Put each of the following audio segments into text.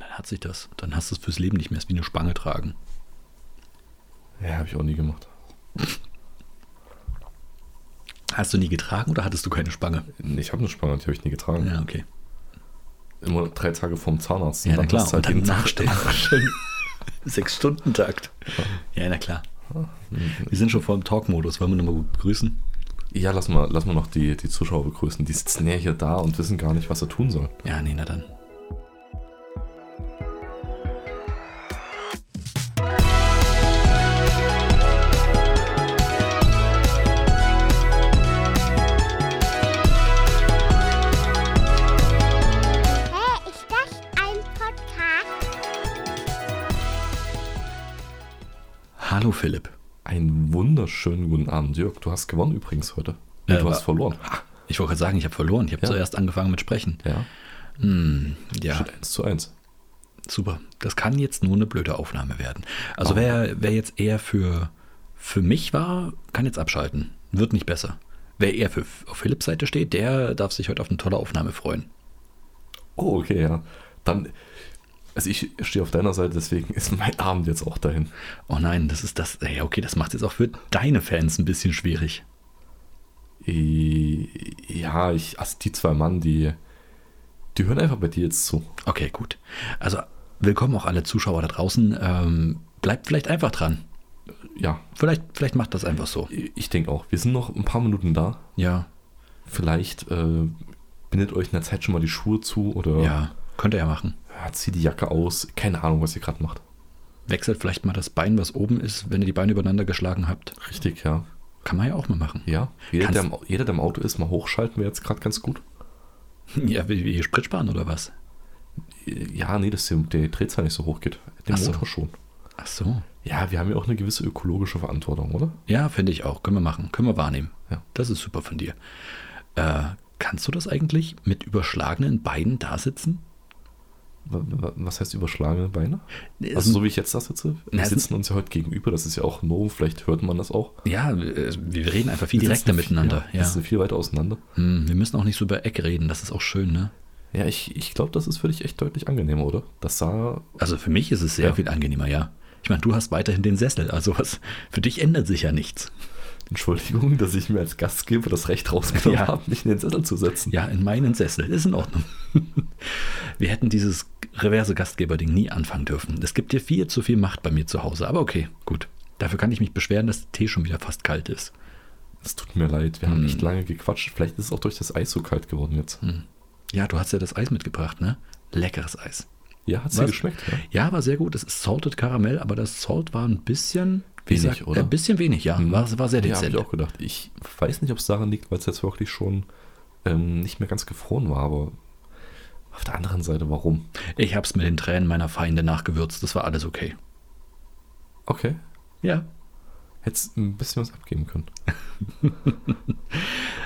hat sich das. Dann hast du es fürs Leben nicht mehr. Es ist wie eine Spange tragen. Ja, habe ich auch nie gemacht. Hast du nie getragen oder hattest du keine Spange? Nee, Ich habe eine Spange, die habe ich nie getragen. Ja, okay. Immer drei Tage vorm Zahnarzt. Ja, na dann klar. hast du halt Und dann jeden Tag- nachstellen. Sechs Stunden Takt. Ja, na klar. Wir sind schon voll im Talk-Modus. Wollen wir nochmal begrüßen? Ja, lass mal, lass mal noch die, die Zuschauer begrüßen. Die sitzen ja hier da und wissen gar nicht, was sie tun sollen. Ja, nee, na dann. Hä, ist das ein Podcast? Hallo Philipp. Einen wunderschönen guten Abend, Jörg. Du hast gewonnen übrigens heute. Ja, Ja, du aber- hast verloren. Ha, Ich wollte gerade sagen, ich habe verloren. Ich habe Ja. zuerst angefangen mit Sprechen. ja, Hm, ja, steht 1 zu 1. super. Das kann jetzt nur eine blöde Aufnahme werden. Also wer, wer jetzt eher für, für mich war, kann jetzt abschalten. Wird nicht besser. Wer eher für, auf Philipps Seite steht, der darf sich heute auf eine tolle Aufnahme freuen. Oh, okay, ja. Dann, also ich stehe auf deiner Seite, deswegen ist mein Abend jetzt auch dahin. Oh nein, das ist das. Ja, okay, das macht jetzt auch für deine Fans ein bisschen schwierig. I- Ja, ich, also die zwei Mann, die, die hören einfach bei dir jetzt zu. Okay, gut. Also willkommen auch alle Zuschauer da draußen. Ähm, bleibt vielleicht einfach dran. Ja, Vielleicht, vielleicht macht das einfach so. ich denke auch. Wir sind noch ein paar Minuten da. Ja, Vielleicht äh, bindet euch in der Zeit schon mal die Schuhe zu oder ja, könnt ihr ja machen. ja, zieht die Jacke aus. Keine Ahnung, was ihr gerade macht. Wechselt vielleicht mal das Bein, was oben ist, wenn ihr die Beine übereinander geschlagen habt. Richtig, ja. Kann man ja auch mal machen. Ja, jeder, Kannst- der im, Au- jeder, der im Auto ist, mal hochschalten wäre jetzt gerade ganz gut. Ja, wie, wie Sprit sparen oder was? Äh, Ja, nee, dass die, die Drehzahl nicht so hoch geht. Den Ach so. Motor schon. Ach so. Ja, wir haben ja auch eine gewisse ökologische Verantwortung, oder? Ja, finde ich auch. Können wir machen. Können wir wahrnehmen. Ja. Das ist super von dir. Äh, kannst du das eigentlich mit überschlagenen Beinen da sitzen? Wa- wa- Was heißt überschlagene Beine? Nee, Also es- so wie ich jetzt da sitze, Na, wir es- sitzen uns ja heute gegenüber, das ist ja auch Norm, vielleicht hört man das auch. Ja, äh, wir reden einfach viel Wir direkter sitzen miteinander. Viel, Ja. Wir sitzen viel weiter auseinander. Hm, wir müssen auch nicht so über Eck reden, das ist auch schön, ne? Ja, ich, ich glaube, das ist für dich echt deutlich angenehmer, oder? Das sah, Also für mich ist es sehr Ja. viel angenehmer, ja. Ich meine, du hast weiterhin den Sessel, also was für dich ändert sich ja nichts. Entschuldigung, dass ich mir als Gastgeber das Recht rausgenommen Ja. habe, mich in den Sessel zu setzen. Ja, in meinen Sessel, ist in Ordnung. Wir hätten dieses reverse Gastgeberding nie anfangen dürfen. Es gibt hier viel zu viel Macht bei mir zu Hause, aber okay, gut. Dafür kann ich mich beschweren, dass der Tee schon wieder fast kalt ist. Es tut mir leid, wir haben Hm. echt lange gequatscht. Vielleicht ist es auch durch das Eis so kalt geworden jetzt. Ja, du hast ja das Eis mitgebracht, ne? Leckeres Eis. Ja, hat es Was? dir geschmeckt? Ja? Ja, war sehr gut. Es ist Salted Karamell, aber das Salt war ein bisschen wie Wenig, oder? Ein bisschen wenig, ja. Mhm. War, war sehr Ja, habe dezent. ich auch gedacht. Ich weiß nicht, ob es daran liegt, weil es jetzt wirklich schon ähm, nicht mehr ganz gefroren war, aber auf der anderen Seite, warum? ich habe es mit den Tränen meiner Feinde nachgewürzt. Das war alles okay. Okay, Ja. hättest ein bisschen was abgeben können.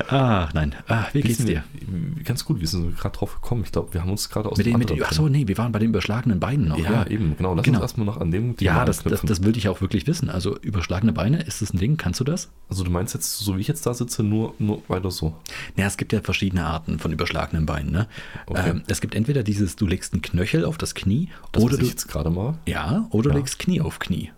Ach nein. Ah, wie geht's sind dir? Wir, ganz gut, wir sind gerade drauf gekommen. Ich glaube, wir haben uns gerade aus Mit dem den, mit den, anderen achso, nee, wir waren bei den überschlagenen Beinen noch. Thema- ja, eben, genau. Lass Genau. uns erstmal noch an dem Thema Ja, das, das, anknüpfen. das würde ich auch wirklich wissen. Also überschlagene Beine, ist das ein Ding? Kannst du das? Also du meinst jetzt, so wie ich jetzt da sitze, nur, nur weiter so. Ja, es gibt ja verschiedene Arten von überschlagenen Beinen. Ne? Okay. Ähm, es gibt entweder dieses, du legst einen Knöchel auf das Knie Das oder weiß du, ich jetzt gerade mal. ja, oder du Ja. legst Knie auf Knie.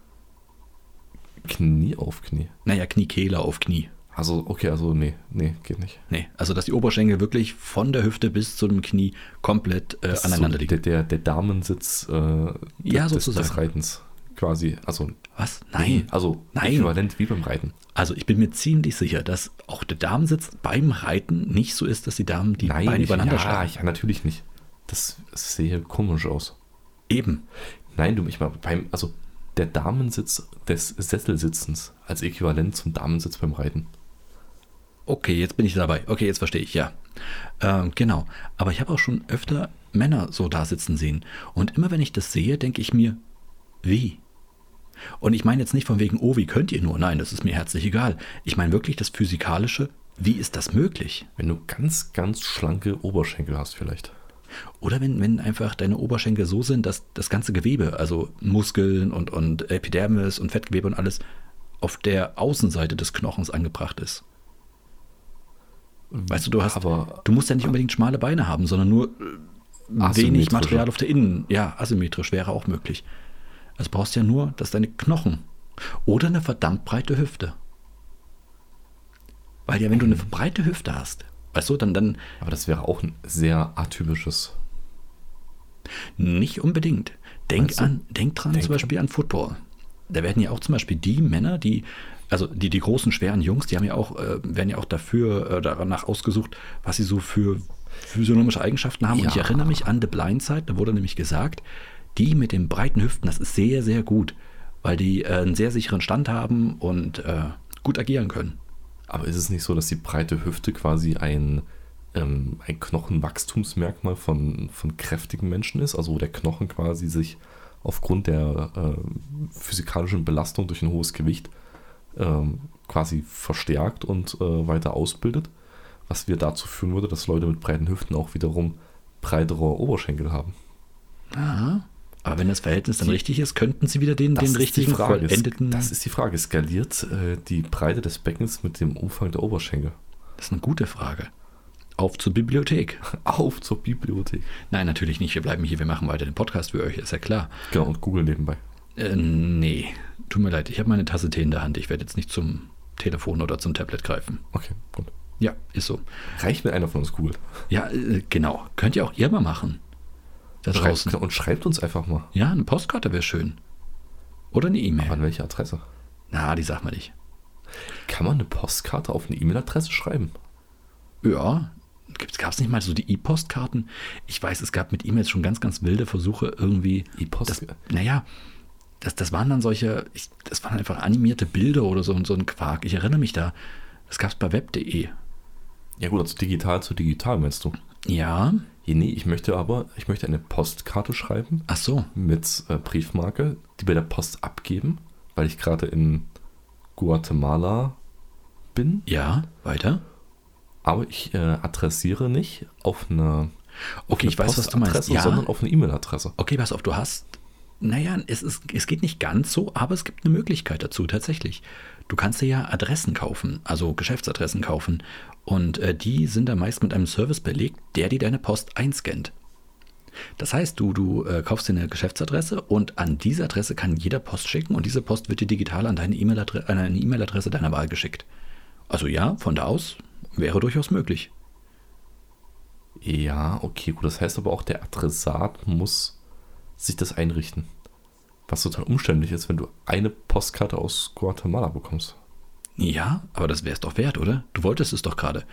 Knie auf Knie. Naja, Kniekehle auf Knie. Also, okay, also nee, nee, geht nicht. Nee, also dass die Oberschenkel wirklich von der Hüfte bis zu dem Knie komplett äh, Das ist aneinander so liegen. der, der, der Damensitz äh, Ja, des, des, sozusagen. des Reitens quasi. Also, Was? nee, Nein. also Nein. äquivalent wie beim Reiten. Also ich bin mir ziemlich sicher, dass auch der Damensitz beim Reiten nicht so ist, dass die Damen die Nein, Beine ich, übereinander ja, schlagen. ja, natürlich nicht. Das sehe komisch aus. Eben. Nein, du mich mal beim, also der Damensitz des Sesselsitzens als Äquivalent zum Damensitz beim Reiten. Okay, jetzt bin ich dabei. Okay, jetzt verstehe ich, ja. Ähm, genau. Aber ich habe auch schon öfter Männer so da sitzen sehen. Und immer wenn ich das sehe, denke ich mir, wie? Und ich meine jetzt nicht von wegen, oh, wie könnt ihr nur? Nein, das ist mir herzlich egal. Ich meine wirklich das Physikalische. Wie ist das möglich? Wenn du ganz, ganz schlanke Oberschenkel hast, vielleicht. Oder wenn, wenn einfach deine Oberschenkel so sind, dass das ganze Gewebe, also Muskeln und, und Epidermis und Fettgewebe und alles, auf der Außenseite des Knochens angebracht ist. Weißt du, du hast, Aber- du musst ja nicht unbedingt schmale Beine haben, sondern nur äh, wenig Asymmetrischer. Material auf der Innen. Ja, asymmetrisch wäre auch möglich. Also brauchst ja nur, dass deine Knochen oder eine verdammt breite Hüfte. Weil ja, wenn du eine breite Hüfte hast, weißt du, dann, dann Aber das wäre auch ein sehr atypisches. Nicht unbedingt. Denk, Meinst du? an, denk dran Denk zum Beispiel an Football. Da werden ja auch zum Beispiel die Männer, die, also die, die großen, schweren Jungs, die haben ja auch, äh, werden ja auch dafür äh, danach ausgesucht, was sie so für physiognomische Eigenschaften haben. Und ich Ja. erinnere mich an The Blind Side, da wurde nämlich gesagt, die mit den breiten Hüften, das ist sehr, sehr gut, weil die äh, einen sehr sicheren Stand haben und äh, gut agieren können. Aber ist es nicht so, dass die breite Hüfte quasi ein, ähm, ein Knochenwachstumsmerkmal von, von kräftigen Menschen ist? Also wo der Knochen quasi sich aufgrund der ähm, physikalischen Belastung durch ein hohes Gewicht ähm, quasi verstärkt und äh, weiter ausbildet? Was wieder dazu führen würde, dass Leute mit breiten Hüften auch wiederum breitere Oberschenkel haben. Aha. Aber wenn das Verhältnis dann richtig ist, könnten sie wieder den, den ist die richtigen Frage. vollendeten. Das ist die Frage. Skaliert äh, die Breite des Beckens mit dem Umfang der Oberschenkel? das ist eine gute Frage. Auf zur Bibliothek. Auf zur Bibliothek. Nein, natürlich nicht. Wir bleiben hier, wir machen weiter den Podcast für euch, ist ja klar. Genau, und Google nebenbei. Äh, nee, tut mir leid, ich habe meine Tasse Tee in der Hand. Ich werde jetzt nicht zum Telefon oder zum Tablet greifen. Okay, gut. Ja, ist so. Reicht, wenn einer von uns googelt. Ja, äh, genau. Könnt ihr auch ihr mal machen. Da draußen. Schreibt, und schreibt uns einfach mal. Ja, eine Postkarte wäre schön. Oder eine E-Mail. An welche Adresse? Na, die sagt man nicht. Kann man eine Postkarte auf eine E-Mail-Adresse schreiben? Ja, gab es nicht mal so die E-Postkarten? Ich weiß, es gab mit E-Mails schon ganz, ganz wilde Versuche irgendwie. E-Post- das- Naja, das, das waren dann solche, ich, das waren einfach animierte Bilder oder so, so ein Quark. Ich erinnere mich da, das gab es bei web.de. Ja gut, also digital zu digital meinst du? Ja, Ja, Nee, ich möchte aber, ich möchte eine Postkarte schreiben ach so. mit äh, Briefmarke, die bei der Post abgeben, weil ich gerade in Guatemala bin. Ja, weiter. Aber ich äh, adressiere nicht auf eine, auf Okay, eine ich weiß, was du meinst. Postadresse, Ja. sondern auf eine E-Mail-Adresse. Okay, pass auf, du hast. Naja, es, ist, es geht nicht ganz so, aber es gibt eine Möglichkeit dazu, tatsächlich. Du kannst dir ja Adressen kaufen, also Geschäftsadressen kaufen. Und äh, die sind dann meist mit einem Service belegt, der dir deine Post einscannt. Das heißt, du, du äh, kaufst dir eine Geschäftsadresse und an diese Adresse kann jeder Post schicken und diese Post wird dir digital an deine E-Mail-Adre- an eine E-Mail-Adresse deiner Wahl geschickt. Also ja, von da aus wäre durchaus möglich. Ja, okay, gut. Das heißt aber auch, der Adressat muss sich das einrichten. Was total umständlich ist, wenn du eine Postkarte aus Guatemala bekommst. Ja, aber das wär's doch wert, oder? Du wolltest es doch gerade.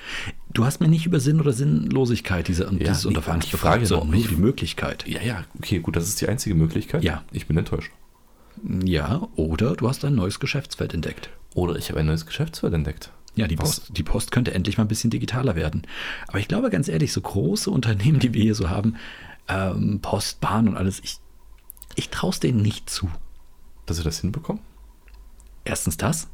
Du hast mir nicht über Sinn oder Sinnlosigkeit diese, dieses nee, Unterfangs ich gefragt, frage sondern doch nur nicht. die Möglichkeit. Ja, ja, okay, gut. Das ist die einzige Möglichkeit. Ja. Ich bin enttäuscht. Ja, oder du hast ein neues Geschäftsfeld entdeckt. Oder ich habe ein neues Geschäftsfeld entdeckt. Ja, die Was? Post, die Post könnte endlich mal ein bisschen digitaler werden. Aber ich glaube ganz ehrlich, so große Unternehmen, die wir hier so haben, ähm, Post, Bahn und alles, ich, ich traue es denen nicht zu. Dass wir das hinbekommen? Erstens das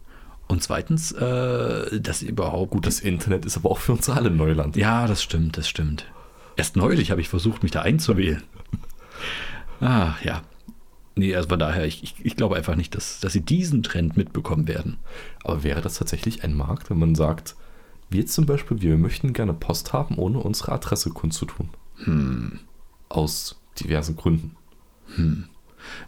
und zweitens, äh, dass sie überhaupt Gut, das Internet ist aber auch für uns alle Neuland. Ja, das stimmt, das stimmt. Erst neulich habe ich versucht, mich da einzuwählen. Ah, ja. Nee, also von daher, ich, ich, ich glaube einfach nicht, dass, dass sie diesen Trend mitbekommen werden. Aber wäre das tatsächlich ein Markt, wenn man sagt, wir zum Beispiel, wir möchten gerne Post haben, ohne unsere Adresse kundzutun? Hm. Aus diversen Gründen.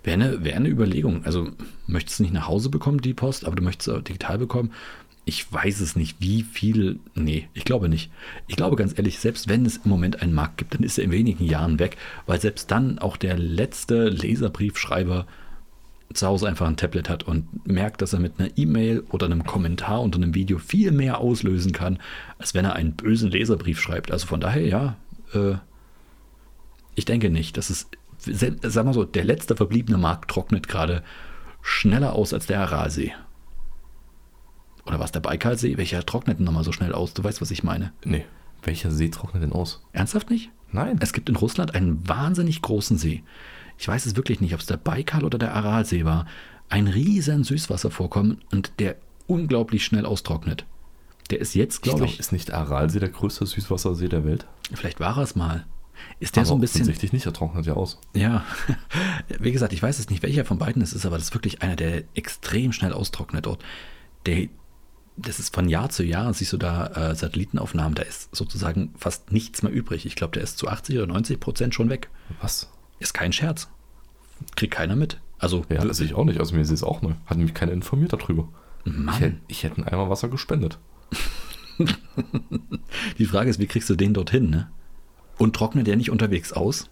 Wäre eine, wäre eine ne, Überlegung. Also, möchtest du nicht nach Hause bekommen, die Post, aber du möchtest sie auch digital bekommen? Ich weiß es nicht, wie viel. Nee, ich glaube nicht. Ich glaube ganz ehrlich, selbst wenn es im Moment einen Markt gibt, dann ist er in wenigen Jahren weg, weil selbst dann auch der letzte Leserbriefschreiber zu Hause einfach ein Tablet hat und merkt, dass er mit einer E-Mail oder einem Kommentar unter einem Video viel mehr auslösen kann, als wenn er einen bösen Leserbrief schreibt. Also von daher, ja, äh, ich denke nicht. Das ist, se- sag mal so, der letzte verbliebene Markt trocknet gerade schneller aus als der Aralsee. Oder war es der Baikalsee? Welcher trocknet denn nochmal so schnell aus? Du weißt, was ich meine. Nee. Welcher See trocknet denn aus? Ernsthaft nicht? Nein. Es gibt in Russland einen wahnsinnig großen See. Ich weiß es wirklich nicht, ob es der Baikal oder der Aralsee war. Ein riesen Süßwasservorkommen und der unglaublich schnell austrocknet. Der ist jetzt, Ich glaube ich, glaub, ist nicht Aralsee der größte Süßwassersee der Welt? Also vielleicht war er es mal. Ist der so ein bisschen Offensichtlich nicht, er trocknet ja aus. Ja, wie gesagt, ich weiß jetzt nicht, welcher von beiden es ist, aber das ist wirklich einer, der extrem schnell austrocknet dort. Der, das ist von Jahr zu Jahr, siehst du da äh, Satellitenaufnahmen, da ist sozusagen fast nichts mehr übrig. Ich glaube, der ist zu 80 oder 90 Prozent schon weg. Was? Ist kein Scherz. Kriegt keiner mit. Also, Ja, das sehe ich auch nicht. Also mir ist es auch neu. Hat mich keiner informiert darüber. Ich, hätt- Mann, ich hätte einen Eimer Wasser gespendet. die Frage ist, wie kriegst du den dorthin, ne? Und trocknet der nicht unterwegs aus?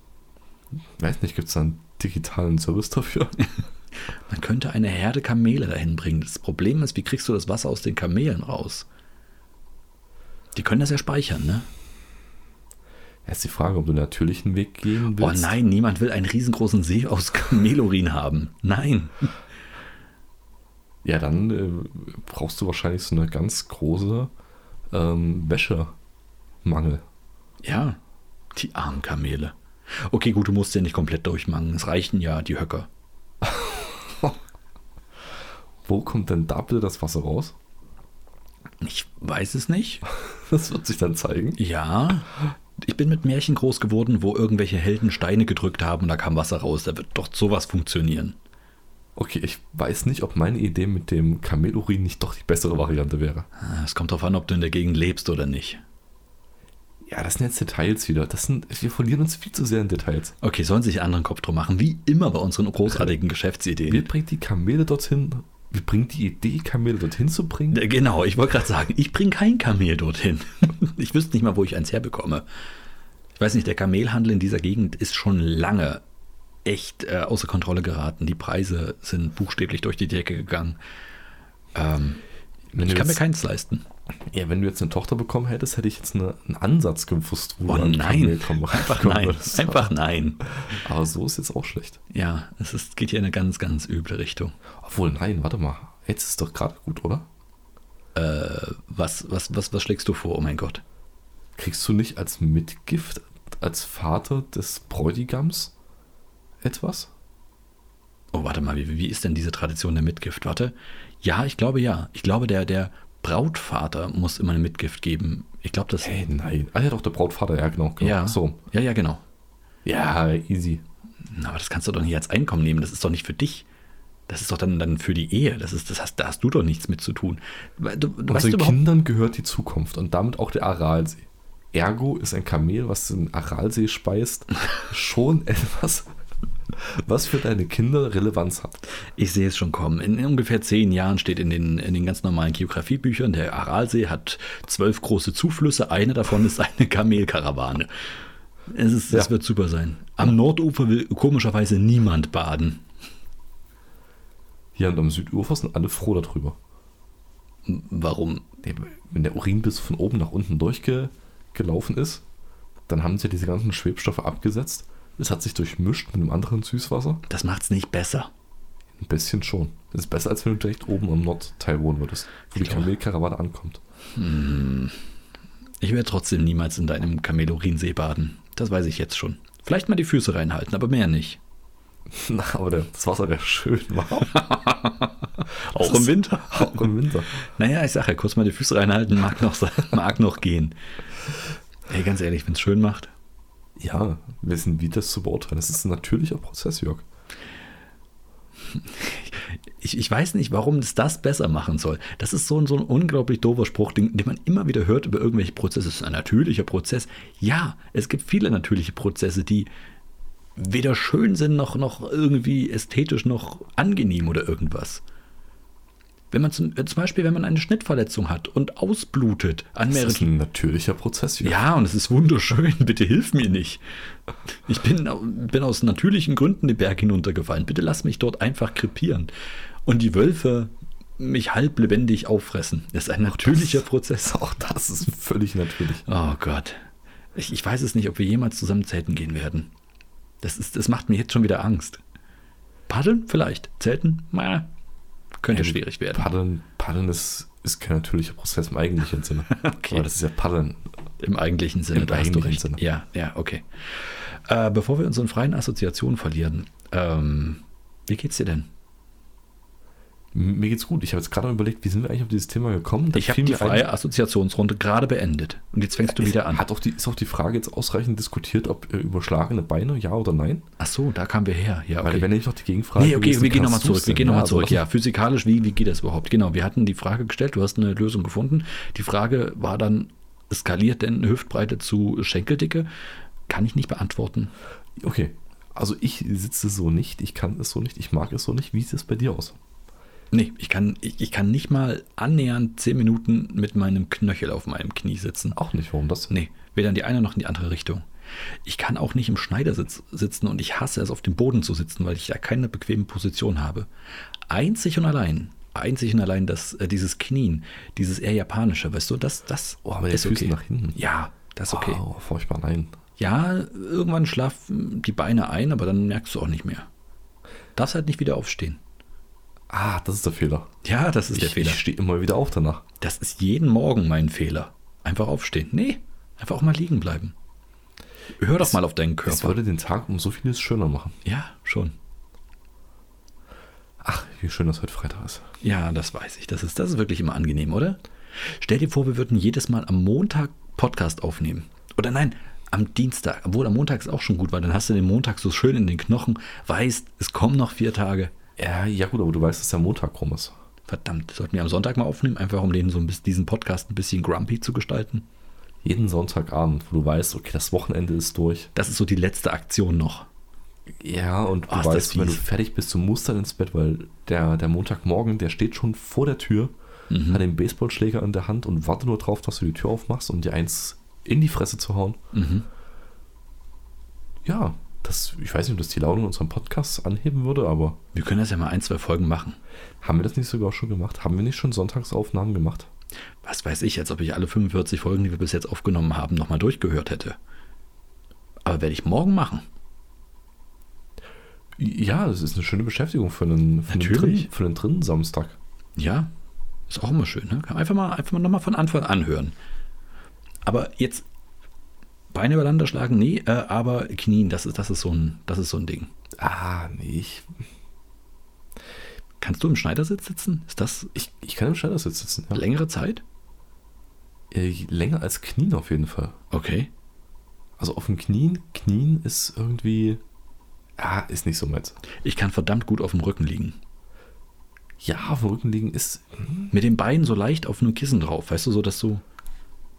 Weiß nicht, gibt es da einen digitalen Service dafür? Man könnte eine Herde Kamele dahin bringen. Das Problem ist, wie kriegst du das Wasser aus den Kamelen raus? Die können das ja speichern, ne? Jetzt ist die Frage, ob du einen natürlichen Weg gehen Oh willst. nein, niemand will einen riesengroßen See aus Kamelurin haben. Nein. Ja, dann äh, brauchst du wahrscheinlich so eine ganz große ähm, Wäschemangel. Ja, die armen Kamele. Okay, gut, du musst ja nicht komplett durchmangen. Es reichen ja die Höcker. Wo kommt denn da bitte das Wasser raus? Ich weiß es nicht. Das wird sich dann zeigen. Ja, ich bin mit Märchen groß geworden, wo irgendwelche Helden Steine gedrückt haben und da kam Wasser raus. Da wird doch sowas funktionieren. Okay, ich weiß nicht, ob meine Idee mit dem Kamelurin nicht doch die bessere Variante wäre. Ah, Es kommt darauf an, ob du in der Gegend lebst oder nicht. Ja, das sind jetzt Details wieder. Das sind, wir verlieren uns viel zu sehr in Details. Okay, sollen sich anderen Kopf drum machen, wie immer bei unseren großartigen Geschäftsideen. Wir bringen die Kamele dorthin. Wir bringen die Idee, Kamele dorthin zu bringen. Äh, Genau, ich wollte gerade sagen, ich bringe kein Kamel dorthin. Ich wüsste nicht mal, wo ich eins herbekomme. Ich weiß nicht, der Kamelhandel in dieser Gegend ist schon lange echt äh, außer Kontrolle geraten. Die Preise sind buchstäblich durch die Decke gegangen. Ähm, Wenn ich du kann mir jetzt- keins leisten. Ja, wenn du jetzt eine Tochter bekommen hättest, hätte ich jetzt eine, einen Ansatz gewusst, wo Oh du an Kamel nein, kommen- einfach kommen nein, würdest. einfach nein. Aber so ist jetzt auch schlecht. Ja, es ist, geht hier in eine ganz, ganz üble Richtung. Obwohl, nein, warte mal. Jetzt ist doch gerade gut, oder? Was, was, was, was schlägst du vor? Oh mein Gott. Kriegst du nicht als Mitgift, als Vater des Bräutigams etwas? Oh, warte mal, wie, wie ist denn diese Tradition der Mitgift? Warte. Ja, ich glaube ja. Ich glaube, der, der Brautvater muss immer eine Mitgift geben. Ich glaube, das. Hey, nein. Ah ja, doch, der Brautvater, ja, genau. genau. Ja. So. ja, ja, genau. Ja, easy. Na, Aber das kannst du doch nicht als Einkommen nehmen. Das ist doch nicht für dich. Das ist doch dann, dann für die Ehe. Das ist, das hast, da hast du doch nichts mit zu tun. Weil Du, du weißt Unseren überhaupt, Kindern gehört die Zukunft und damit auch der Aralsee. Ergo ist ein Kamel, was den Aralsee speist, schon etwas, was für deine Kinder Relevanz hat. ich sehe es schon kommen. In, in ungefähr zehn Jahren steht in den, in den ganz normalen Geografiebüchern, der Aralsee hat zwölf große Zuflüsse. Eine davon ist eine Kamelkarawane. Es, ist, es Ja. wird super sein. Am Nordufer will komischerweise niemand baden. Hier und am Südufer sind alle froh darüber. Warum? Wenn der Urinbiss von oben nach unten durchgelaufen ist, dann haben sie diese ganzen Schwebstoffe abgesetzt. Es hat sich durchmischt mit einem anderen Süßwasser. Das macht's nicht besser. Ein bisschen schon. Das ist besser, als wenn du direkt oben am Nordteil wohnen würdest, wo die Ich glaube- Kamelkarawane ankommt. Ich werde trotzdem niemals in deinem Kamelurinsee baden. Das weiß ich jetzt schon. Vielleicht mal die Füße reinhalten, aber mehr nicht. Na, aber der, das Wasser wäre schön warm. Auch im Winter. Auch im Winter. Naja, ich sage ja, kurz mal die Füße reinhalten, mag noch, sein- mag noch gehen. Ey, ganz ehrlich, wenn es schön macht. Ja, wir sind wie das zu beurteilen. Das ist ein natürlicher Prozess, Jörg. Ich, ich weiß nicht, warum es das besser machen soll. Das ist so, ein- so ein unglaublich doofer Spruch, den, den man immer wieder hört über irgendwelche Prozesse. Es ist ein natürlicher Prozess. Ja, es gibt viele natürliche Prozesse, die weder schön sind noch, noch irgendwie ästhetisch noch angenehm oder irgendwas. Wenn man zum, zum Beispiel, wenn man eine Schnittverletzung hat und ausblutet an Das mehreren ist ein natürlicher Prozess, Jörg. Ja, und es ist wunderschön. Bitte hilf mir nicht. Ich bin, bin aus natürlichen Gründen den Berg hinuntergefallen. Bitte lass mich dort einfach krepieren. Und die Wölfe mich halblebendig auffressen. Das ist ein natürlicher Prozess. Auch das ist völlig natürlich. Oh Gott. Ich, ich weiß es nicht, ob wir jemals zusammen zelten gehen werden. Das, ist, das macht mir jetzt schon wieder Angst. Paddeln? Vielleicht. Zelten? Na, Ähm, könnte schwierig werden. Paddeln, Paddeln ist, ist kein natürlicher Prozess im eigentlichen Sinne. Okay. Aber das ist ja Paddeln. Im eigentlichen Sinne, Im da hast du eigentlichen recht. Sinne. Ja, ja, okay. Äh, bevor wir uns in freien Assoziationen verlieren, ähm, wie geht's dir denn? M- Mir geht's gut. Ich habe jetzt gerade mal überlegt, wie sind wir eigentlich auf dieses Thema gekommen? Dann Ich habe fiel die mir freie ein, Assoziationsrunde gerade beendet. Und jetzt fängst du Äh, es wieder an. Hat auch die, ist auch die Frage jetzt ausreichend diskutiert, ob äh, überschlagene Beine, ja oder nein? Ach so, da kamen wir her. Ja, Weil okay. wenn nämlich noch die Gegenfrage Nee, okay, gewesen, wir gehen nochmal kannst du's zurück. Wir denn? gehen nochmal also zurück. lass- Ja, physikalisch, wie, wie geht das überhaupt? Genau, wir hatten die Frage gestellt, du hast eine Lösung gefunden. Die Frage war dann, skaliert denn Hüftbreite zu Schenkeldicke? Kann ich nicht beantworten. Okay. Also ich sitze so nicht, ich kann es so nicht, ich mag es so nicht. Wie sieht es bei dir aus? Nee, ich kann, ich, ich kann nicht mal annähernd zehn Minuten mit meinem Knöchel auf meinem Knie sitzen. Auch nicht, warum das? Nee, weder in die eine noch in die andere Richtung. Ich kann auch nicht im Schneidersitz sitzen und ich hasse es, auf dem Boden zu sitzen, weil ich da keine bequeme Position habe. Einzig und allein, einzig und allein das, äh, dieses Knien, dieses eher japanische, weißt du, das, das Oh, mit den Füßen nach hinten. Ja, das ist okay. Wow, furchtbar, nein. Ja, irgendwann schlafen die Beine ein, aber dann merkst du auch nicht mehr. Darfst halt nicht wieder aufstehen. Ah, das ist der Fehler. Ja, das ist der Ich, Fehler. ich stehe immer wieder auf danach. Das ist jeden Morgen mein Fehler. Einfach aufstehen. Nee, einfach auch mal liegen bleiben. Hör doch mal auf deinen Das Körper. würde den Tag um so vieles schöner machen. Ja, schon. Ach, wie schön, dass heute Freitag ist. Ja, das weiß ich. Das ist, das ist wirklich immer angenehm, oder? Stell dir vor, wir würden jedes Mal am Montag Podcast aufnehmen. Oder nein, am Dienstag. Obwohl, am Montag ist auch schon gut, weil dann hast du den Montag so schön in den Knochen, weißt, es kommen noch vier Tage. Ja, ja gut, aber du weißt, dass der Montag rum ist. Verdammt, sollten wir am Sonntag mal aufnehmen, einfach um den so ein bisschen, diesen Podcast ein bisschen grumpy zu gestalten. Jeden Sonntagabend, wo du weißt, okay, das Wochenende ist durch. Das ist so die letzte Aktion noch. Ja, und du Ah, ist das weißt, wenn du fies. fertig bist, du musst dann ins Bett, weil der, der Montagmorgen, der steht schon vor der Tür, Mhm. hat den Baseballschläger in der Hand und wartet nur drauf, dass du die Tür aufmachst, um dir eins in die Fresse zu hauen. Mhm. Ja, das, ich weiß nicht, ob das die Laune in unserem Podcast anheben würde, aber Wir können das ja mal ein, zwei Folgen machen. haben wir das nicht sogar schon gemacht? Haben wir nicht schon Sonntagsaufnahmen gemacht? Was weiß ich, als ob ich alle 45 Folgen, die wir bis jetzt aufgenommen haben, nochmal durchgehört hätte. Aber werde ich morgen machen. Ja, das ist eine schöne Beschäftigung für einen, für einen, Natürlich. dritten, für einen dritten Samstag. Ja, ist auch immer schön. Ne? Kann man Einfach mal, einfach mal nochmal von Anfang an hören. Aber jetzt Beine übereinander schlagen, nee, äh, aber Knien, das ist, das, ist so ein, das ist so ein Ding. Ah, nee, ich, Kannst du im Schneidersitz sitzen? Ist das ich, ich kann im Schneidersitz sitzen. Ja. längere Zeit? Äh, Länger als Knien auf jeden Fall. Okay. Also auf den Knien, Knien ist irgendwie. Ah, ist nicht so meins. Ich kann verdammt gut auf dem Rücken liegen. Ja, auf dem Rücken liegen ist. Mit den Beinen so leicht auf einem Kissen drauf, weißt du, so dass du.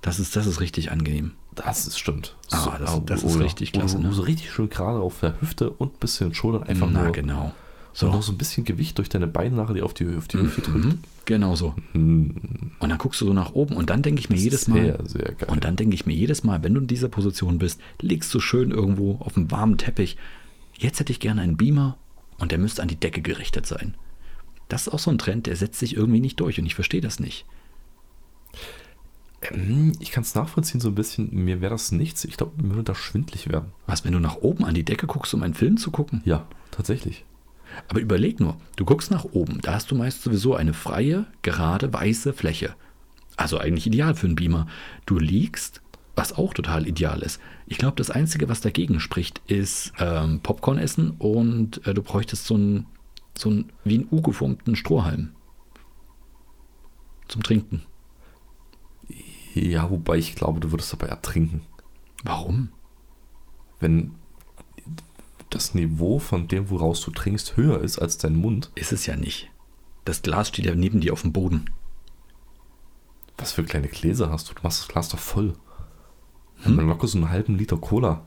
Das ist, das ist richtig angenehm. Das ist stimmt. Ah, das- das ist richtig klasse, Oder, ne? So richtig schön gerade auf der Hüfte und ein bisschen Schultern einfach Na, nur. genau. So. Und So. noch so ein bisschen Gewicht durch deine Beine nachher, die auf die, auf die Hüfte drückt. Mhm, genau so. Und dann guckst du so nach oben und dann denke ich mir jedes Mal. Sehr, sehr geil. Und dann denke ich mir jedes Mal, wenn du in dieser Position bist, liegst du schön irgendwo auf einem warmen Teppich. Jetzt hätte ich gerne einen Beamer und der müsste an die Decke gerichtet sein. Das ist auch so ein Trend, der setzt sich irgendwie nicht durch und ich verstehe das nicht. Hm, ich kann es nachvollziehen, so ein bisschen. Mir wäre das nichts. Ich glaube, mir würde da schwindlig werden. Was, wenn du nach oben an die Decke guckst, um einen Film zu gucken? Ja, tatsächlich. Aber überleg nur, du guckst nach oben, da hast du meist sowieso eine freie, gerade, weiße Fläche. Also eigentlich ideal für einen Beamer. Du liegst, was auch total ideal ist. Ich glaube, das Einzige, was dagegen spricht, ist ähm, Popcorn essen und äh, du bräuchtest so einen, so einen wie ein U geformten Strohhalm. Zum Trinken. Ja, wobei ich glaube, du würdest dabei ertrinken. Warum? Wenn das Niveau von dem, woraus du trinkst, höher ist als dein Mund, Ist es ja nicht. Das Glas steht ja neben dir auf dem Boden. Was für kleine Gläser hast du? Du machst das Glas doch voll. Hm? Dann locker so einen halben Liter Cola.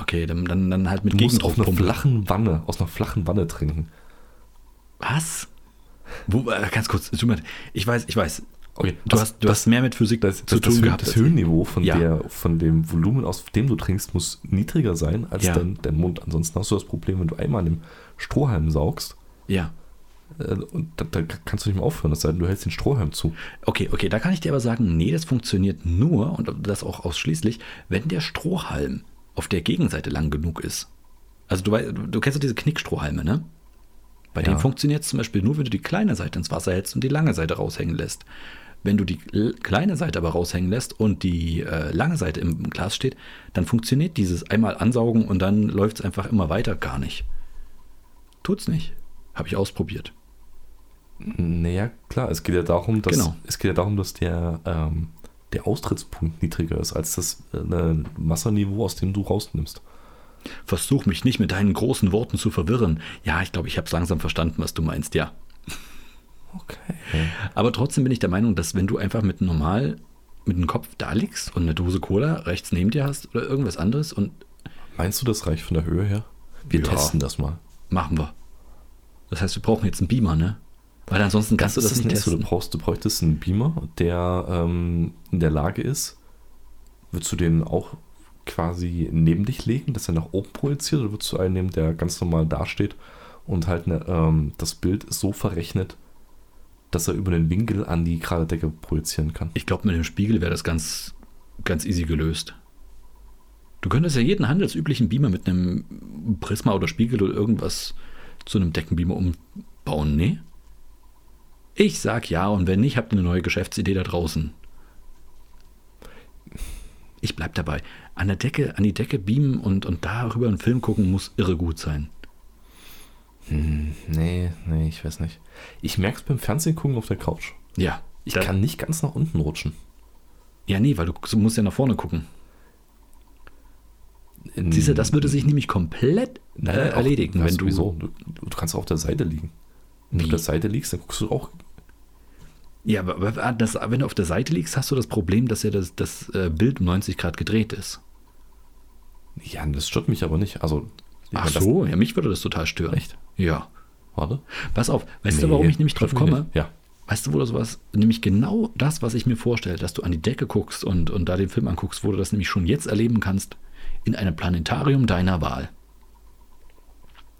Okay, dann, dann, dann halt mit Du musst auf einer Gegendruckpumpe. flachen Wanne, aus einer flachen Wanne trinken. Was? Wo, äh, ganz kurz, tut mir leid. ich weiß, ich weiß. Okay, du das- hast, du hast mehr mit Physik zu Das, tun das, Hö- gehabt. das als- Höhenniveau von, Ja. der, von dem Volumen, aus dem du trinkst, muss niedriger sein als Ja. dein, dein Mund. Ansonsten hast du das Problem, wenn du einmal an dem Strohhalm saugst, ja. äh, und dann, dann kannst du nicht mehr aufhören, es sei denn, du hältst den Strohhalm zu. Okay, okay, da kann ich dir aber sagen, nee, das funktioniert nur und das auch ausschließlich, wenn der Strohhalm auf der Gegenseite lang genug ist. Also du, weißt, du kennst doch diese Knickstrohhalme, ne? Bei denen funktioniert es zum Beispiel nur, wenn du die kleine Seite ins Wasser hältst und die lange Seite raushängen lässt. Wenn du die l- kleine Seite aber raushängen lässt und die äh, lange Seite im Glas steht, dann funktioniert dieses einmal ansaugen und dann läuft es einfach immer weiter gar nicht. Tut's nicht. Habe ich ausprobiert. Naja, klar, es geht ja darum, dass, Genau. es geht ja darum, dass der, ähm, der Austrittspunkt niedriger ist als das äh, ne, Wasserniveau, aus dem du rausnimmst. Versuch mich nicht mit deinen großen Worten zu verwirren. Ja, ich glaube, ich habe es langsam verstanden, was du meinst, ja. Okay. Aber trotzdem bin ich der Meinung, dass wenn du einfach mit normal mit dem Kopf da liegst und eine Dose Cola rechts neben dir hast oder irgendwas anderes und Meinst du, das reicht von der Höhe her? Wir Ja. testen das mal. machen wir. Das heißt, wir brauchen jetzt einen Beamer, ne? Weil ansonsten kannst du das, nicht Nächste. Du testen. brauchst, du bräuchtest einen Beamer, der ähm, in der Lage ist, würdest du den auch quasi neben dich legen, dass er nach oben projiziert, oder würdest du einen nehmen, der ganz normal dasteht und halt ne, ähm, das Bild ist so verrechnet, dass er über den Winkel an die gerade Decke projizieren kann? Ich glaube, mit dem Spiegel wäre das ganz, ganz easy gelöst. Du könntest ja jeden handelsüblichen Beamer mit einem Prisma oder Spiegel oder irgendwas zu einem Deckenbeamer umbauen, ne? Ich sag ja und wenn nicht, habt ihr eine neue Geschäftsidee da draußen. Ich bleib dabei. An der Decke, an die Decke beamen und, und darüber einen Film gucken muss irre gut sein. Nee, nee, ich weiß nicht. Ich merke es beim Fernsehen gucken auf der Couch. Ja. Ich da- kann nicht ganz nach unten rutschen. Ja, nee, weil du guckst- du musst ja nach vorne gucken. In- Siehst du, das würde sich nämlich komplett äh, Nein, auch- erledigen, weißt wenn du du wieso? Du, du kannst auch auf der Seite liegen. Wenn Wie? du auf der Seite liegst, dann guckst du auch Ja, aber aber ah, das, wenn du auf der Seite liegst, hast du das Problem, dass ja das, das äh, Bild um 90 Grad gedreht ist. Ja, das stört mich aber nicht. Also, ich Ach meine, das- so, ja, mich würde das total stören. Echt? Ja. Warte. Pass auf, weißt du, Nee, warum ich nämlich drauf stört mich komme? nicht. Ja. Weißt du, wo das was? Nämlich genau das, was ich mir vorstelle, dass du an die Decke guckst und, und da den Film anguckst, wo du das nämlich schon jetzt erleben kannst, in einem Planetarium deiner Wahl.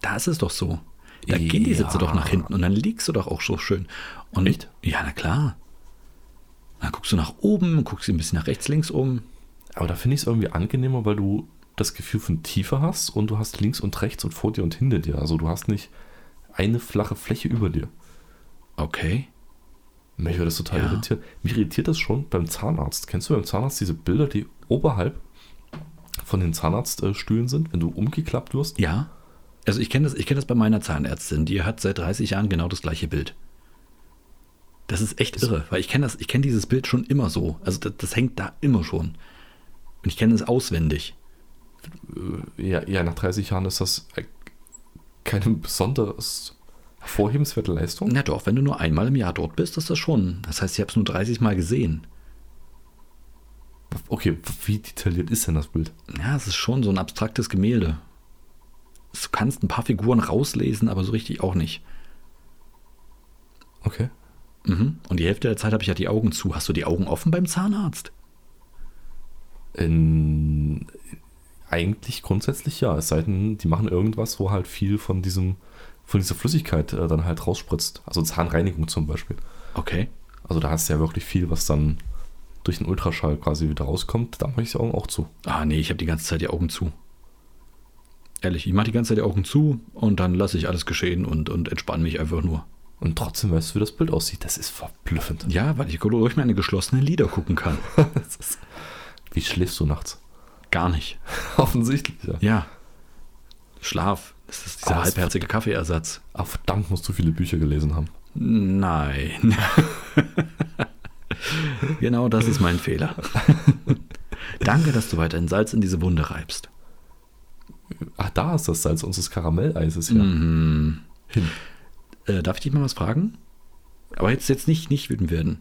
Da ist es doch so. Da gehen die Ja. Sitze doch nach hinten und dann liegst du doch auch so schön. Und Echt? Ja, na klar. Dann guckst du nach oben, guckst ein bisschen nach rechts, links um. Aber da finde ich es irgendwie angenehmer, weil du das Gefühl von Tiefe hast und du hast links und rechts und vor dir und hinter dir. Also du hast nicht eine flache Fläche über dir. Okay. Mich würde das total Ja. irritieren. Mich irritiert das schon beim Zahnarzt. Kennst du beim Zahnarzt diese Bilder, die oberhalb von den Zahnarztstühlen sind, wenn du umgeklappt wirst? Ja. Also ich kenne das, ich kenn das bei meiner Zahnärztin. Die hat seit 30 Jahren genau das gleiche Bild. Das ist echt irre, weil ich kenne das, ich kenne dieses Bild schon immer so. Also das, das hängt da immer schon. Und ich kenne es auswendig. Ja, ja, nach 30 Jahren ist das äh, keine besonders hervorhebenswerte Leistung. Na doch, wenn du nur einmal im Jahr dort bist, ist das schon. Das heißt, ich habe es nur 30 Mal gesehen. Okay, wie detailliert ist denn das Bild? Ja, es ist schon so ein abstraktes Gemälde. Du kannst ein paar Figuren rauslesen, aber so richtig auch nicht. Okay. Mhm. Und die Hälfte der Zeit habe ich ja die Augen zu. Hast du die Augen offen beim Zahnarzt? Ähm, eigentlich grundsätzlich ja, es sei denn, die machen irgendwas, wo halt viel von diesem, von dieser Flüssigkeit äh, dann halt rausspritzt. Also Zahnreinigung zum Beispiel. Okay. Also da hast du ja wirklich viel, was dann durch den Ultraschall quasi wieder rauskommt. Da mache ich die Augen auch zu. Ah, nee, ich habe die ganze Zeit die Augen zu. Ehrlich, ich mache die ganze Zeit die Augen zu und dann lasse ich alles geschehen und, und entspanne mich einfach nur. Und trotzdem weißt du, wie das Bild aussieht. Das ist verblüffend. Ja, weil ich durch meine geschlossenen Lieder gucken kann. Das ist, wie schläfst du nachts? Gar nicht. Offensichtlich, ja. Ja. Schlaf. Das ist dieser Aber es- halbherzige Kaffeeersatz. Ah, verdammt, musst du viele Bücher gelesen haben. Nein. genau das ist mein Fehler. Danke, dass du weiterhin Salz in diese Wunde reibst. Ach, da ist das Salz unseres Karamelleises her. Mhm. Hin. Äh, darf ich dich mal was fragen? Aber jetzt, jetzt nicht, nicht wütend werden.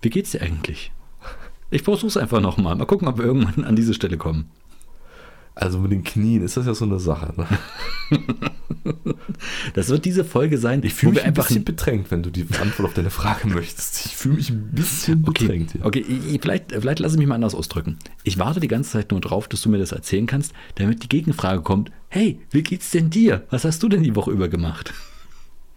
Wie geht's dir eigentlich? Ich versuch's einfach nochmal. Mal gucken, ob wir irgendwann an diese Stelle kommen. Also mit den Knien ist das ja so eine Sache. Ne? Das wird diese Folge sein, Ich fühle wo mich wir ein einfach. bisschen bedrängt, wenn du die Antwort auf deine Frage möchtest. Ich fühle mich ein bisschen okay, bedrängt. hier. okay ich, ich- vielleicht, vielleicht lasse ich mich mal anders ausdrücken. Ich warte die ganze Zeit nur drauf, dass du mir das erzählen kannst, damit die Gegenfrage kommt: Hey, wie geht's denn dir? Was hast du denn die Woche über gemacht?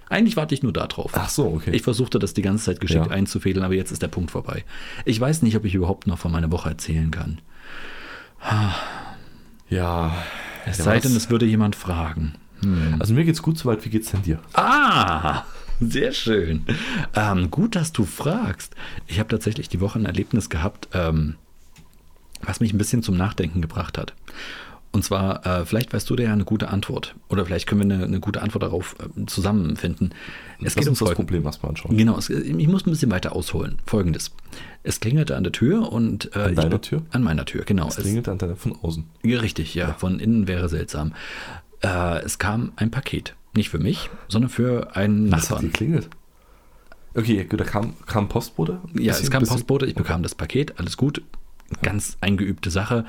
Eigentlich warte ich nur darauf. Ach so, okay. Ich versuchte das die ganze Zeit geschickt Ja. einzufädeln, aber jetzt ist der Punkt vorbei. Ich weiß nicht, ob ich überhaupt noch von meiner Woche erzählen kann. ja. Es Ja, sei was- denn, es würde jemand fragen. also mir geht's gut soweit. Wie geht's denn dir? Ah, sehr schön. Ähm, gut, dass du fragst. Ich habe tatsächlich die Woche ein Erlebnis gehabt, ähm, was mich ein bisschen zum Nachdenken gebracht hat. Und zwar, äh, vielleicht weißt du da ja eine gute Antwort. Oder vielleicht können wir eine, eine gute Antwort darauf äh, zusammenfinden. Es Lass geht uns ums das Folgende. Problem erstmal anschauen. Genau, es, ich muss ein bisschen weiter ausholen. Folgendes. Es klingelte an der Tür und. Äh, An ich- deiner Tür? An meiner Tür, genau. Es klingelt an deiner von außen. Ja, Richtig, ja. Von innen wäre seltsam. Äh, es kam ein Paket. Nicht für mich, sondern für einen Es hat Nachbarn. geklingelt. Okay, gut, da kam, kam Postbote. Ja, Bisschen- es kam bisschen- Postbote, ich bekam das Paket, alles gut. Ganz eingeübte Sache.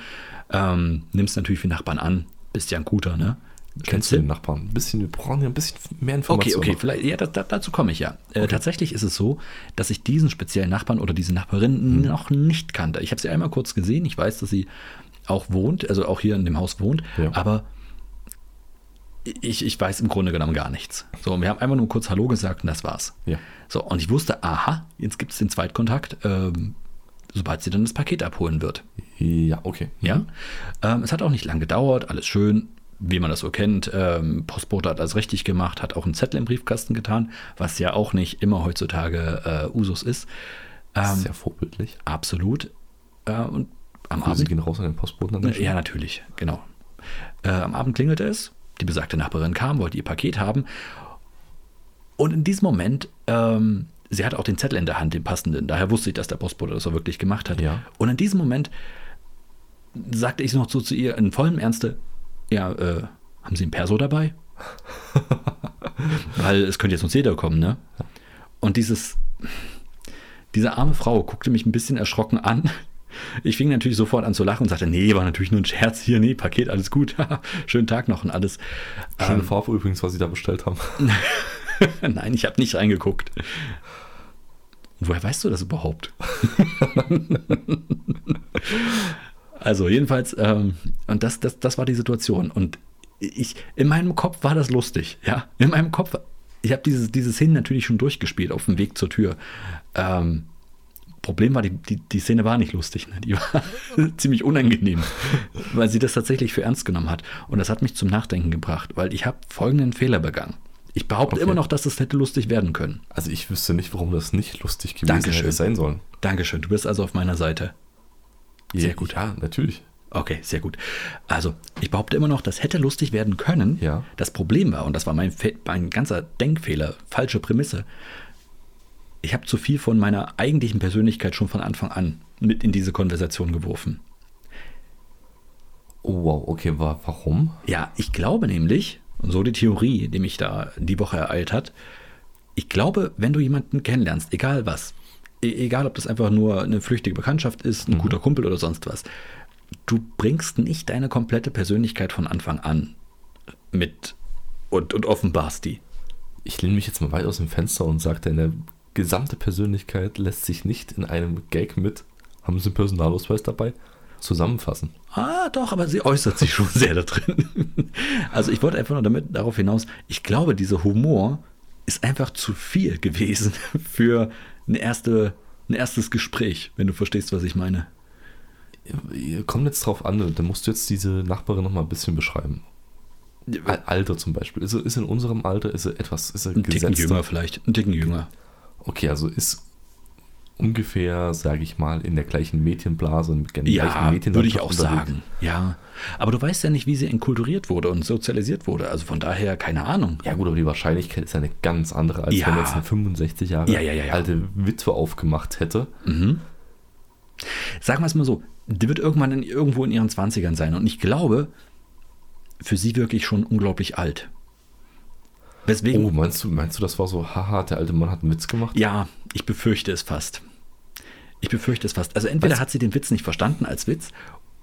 Ähm, nimmst natürlich für Nachbarn an. Bist ja ein guter, ne? Kennst du den Nachbarn? Ein bisschen, wir brauchen ja ein bisschen mehr Okay, Informationen. okay, vielleicht, ja, da, da, dazu komme ich ja. Äh, tatsächlich ist es so, dass ich diesen speziellen Nachbarn oder diese Hm. Nachbarin noch nicht kannte. Ich habe sie einmal kurz gesehen, ich weiß, dass sie auch wohnt, also auch hier in dem Haus wohnt, Ja. aber ich, ich weiß im Grunde genommen gar nichts. So, und wir haben einfach nur kurz Hallo gesagt und das war's. Ja. So, und ich wusste, aha, jetzt gibt es den Zweitkontakt, ähm, sobald sie dann das Paket abholen wird. Ja, okay. Ja, ähm, es hat auch nicht lang gedauert, alles schön, wie man das so kennt. Ähm, Postbote hat alles richtig gemacht, hat auch einen Zettel im Briefkasten getan, was ja auch nicht immer heutzutage äh, Usus ist. Das Ähm, ist sehr vorbildlich. Absolut. Äh, und am Also Sie Abend. gehen raus an den Postboten. An der Stelle. Ja, natürlich, genau. Äh, am Abend klingelte es, die besagte Nachbarin kam, wollte ihr Paket haben. Und in diesem Moment, ähm, sie hatte auch den Zettel in der Hand, den passenden. Daher wusste ich, dass der Postbote das auch wirklich gemacht hat. Ja. Und in diesem Moment sagte ich noch so zu ihr in vollem Ernste: Ja, äh, haben Sie ein Perso dabei? Weil es könnte jetzt uns jeder kommen, ne? Und dieses, diese arme Frau guckte mich ein bisschen erschrocken an. Ich fing natürlich sofort an zu lachen und sagte, nee, war natürlich nur ein Scherz hier, nee, Paket, alles gut, schönen Tag noch und alles. ähm, Schöne Farbe übrigens, was sie da bestellt haben. Äh, Nein, ich habe nicht reingeguckt. Woher weißt du das überhaupt? also jedenfalls, ähm, und das, das, das war die Situation. Und ich, in meinem Kopf war das lustig, ja. In meinem Kopf, ich habe dieses, dieses Hin natürlich schon durchgespielt auf dem Weg zur Tür. Ähm, Problem war, die, die, die Szene war nicht lustig. Ne? Die war ziemlich unangenehm, weil sie das tatsächlich für ernst genommen hat. Und das hat mich zum Nachdenken gebracht, weil ich habe folgenden Fehler begangen. Ich behaupte Okay. immer noch, dass das hätte lustig werden können. Also ich wüsste nicht, warum das nicht lustig gewesen Dankeschön. hätte sein sollen. Dankeschön, du bist also auf meiner Seite. Sehr Ja, gut. Ja, natürlich. Okay, sehr gut. Also, ich behaupte immer noch, das hätte lustig werden können. Ja. Das Problem war, und das war mein, Fe- mein ganzer Denkfehler, falsche Prämisse, ich habe zu viel von meiner eigentlichen Persönlichkeit schon von Anfang an mit in diese Konversation geworfen. Oh, wow, okay, wa warum? Ja, ich glaube nämlich, und so die Theorie, die mich da die Woche ereilt hat, ich glaube, wenn du jemanden kennenlernst, egal was, e egal ob das einfach nur eine flüchtige Bekanntschaft ist, ein guter Kumpel oder sonst was, du bringst nicht deine komplette Persönlichkeit von Anfang an mit und, und offenbarst die. Ich lehne mich jetzt mal weit aus dem Fenster und sage, deine gesamte Persönlichkeit lässt sich nicht in einem Gag mit, haben sie einen Personalausweis dabei, zusammenfassen. Ah, doch, aber sie äußert sich schon sehr da drin. Also ich wollte einfach nur damit darauf hinaus, ich glaube, dieser Humor ist einfach zu viel gewesen für eine erste, ein erstes Gespräch, wenn du verstehst, was ich meine. Kommt jetzt drauf an, dann musst du jetzt diese Nachbarin noch mal ein bisschen beschreiben. Al Alter zum Beispiel. Ist, er- ist in unserem Alter, ist er etwas, ist er Ein Ticken gesetzter? jünger vielleicht, ein Ticken jünger. Okay, also ist ungefähr, sage ich mal, in der gleichen Medienblase und in der Ja, gleichen würde ich auch Medienlandschaft unterwegs. sagen. Ja, aber du weißt ja nicht, wie sie enkulturiert wurde und sozialisiert wurde. Also von daher keine Ahnung. Ja gut, aber die Wahrscheinlichkeit ist eine ganz andere, als Ja. wenn jetzt eine 65 Jahre Ja, ja, ja, ja. alte Witwe aufgemacht hätte. sagen wir es mal so, die wird irgendwann in, irgendwo in ihren 20ern sein. Und ich glaube, für sie wirklich schon unglaublich alt. Weswegen, Oh, meinst du, meinst du, das war so, haha, der alte Mann hat einen Witz gemacht? ja, ich befürchte es fast. Ich befürchte es fast. Also entweder Was? hat sie den Witz nicht verstanden als Witz,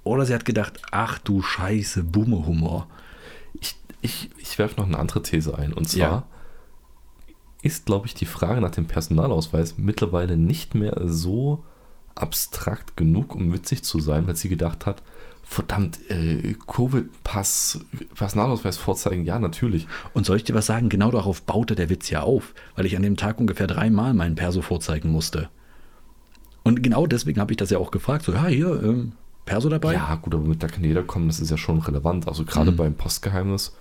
oder sie hat gedacht, ach du Scheiße, Bumme-Humor. Ich, ich, ich werfe noch eine andere These ein. Und zwar Ja. ist, glaube ich, die Frage nach dem Personalausweis mittlerweile nicht mehr so abstrakt genug, um witzig zu sein, weil sie gedacht hat, verdammt, äh, Covid-Pass, Personalausweis vorzeigen, ja, natürlich. Und soll ich dir was sagen? Genau darauf baute der Witz ja auf, weil ich an dem Tag ungefähr dreimal meinen Perso vorzeigen musste. Und genau deswegen habe ich das ja auch gefragt. So, ja, hier, ähm, Perso dabei? Ja, gut, aber mit da kann jeder kommen, das ist ja schon relevant. Also gerade beim Postgeheimnis.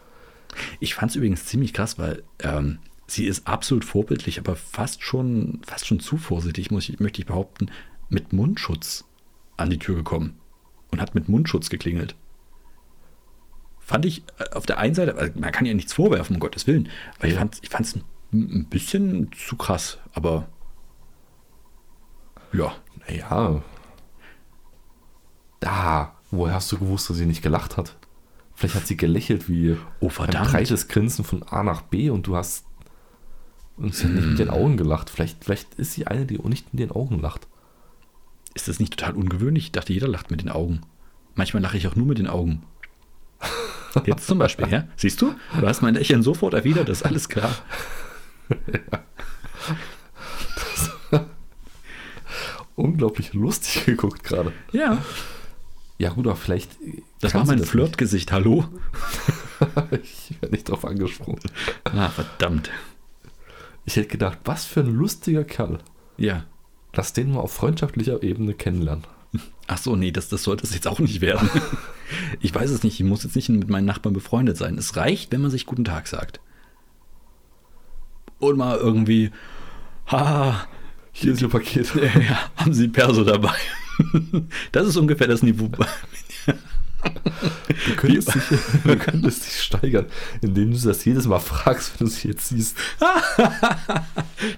Ich fand es übrigens ziemlich krass, weil ähm, sie ist absolut vorbildlich, aber fast schon, fast schon zu vorsichtig, muss ich, möchte ich behaupten, mit Mundschutz an die Tür gekommen und hat mit Mundschutz geklingelt. fand ich äh, auf der einen Seite, also man kann ja nichts vorwerfen, um Gottes Willen, aber ich Ja. fand es ich fand's ein, ein bisschen zu krass, aber ja. Naja. Da, woher hast du gewusst, dass sie nicht gelacht hat? Vielleicht hat sie gelächelt wie Oh, ein verdammt. breites Grinsen von A nach B und du hast und sie hat nicht mit den Augen gelacht. Vielleicht, vielleicht ist sie eine, die nicht mit den Augen lacht. Ist das nicht total ungewöhnlich? Ich dachte, jeder lacht mit den Augen. Manchmal lache ich auch nur mit den Augen. Jetzt zum Beispiel, ja? Siehst du? Du hast mein Lächeln sofort erwidert, das ist alles klar. Unglaublich lustig geguckt gerade. Ja, Ja gut, aber vielleicht. das kann war sie mein das Flirtgesicht, hallo? nicht. Ich werde nicht drauf angesprungen. Ah, verdammt. Ich hätte gedacht, was für ein lustiger Kerl. Ja. Lass den mal auf freundschaftlicher Ebene kennenlernen. Ach so, nee, das, das sollte es jetzt auch nicht werden. Ich weiß es nicht, ich muss jetzt nicht mit meinen Nachbarn befreundet sein. Es reicht, wenn man sich guten Tag sagt. Und mal irgendwie, haha, Hier ist ihr Paket. ja, haben Sie Perso dabei? Das ist ungefähr das Niveau, Du könntest, dich, du könntest dich steigern, indem du das jedes Mal fragst, wenn du es jetzt siehst.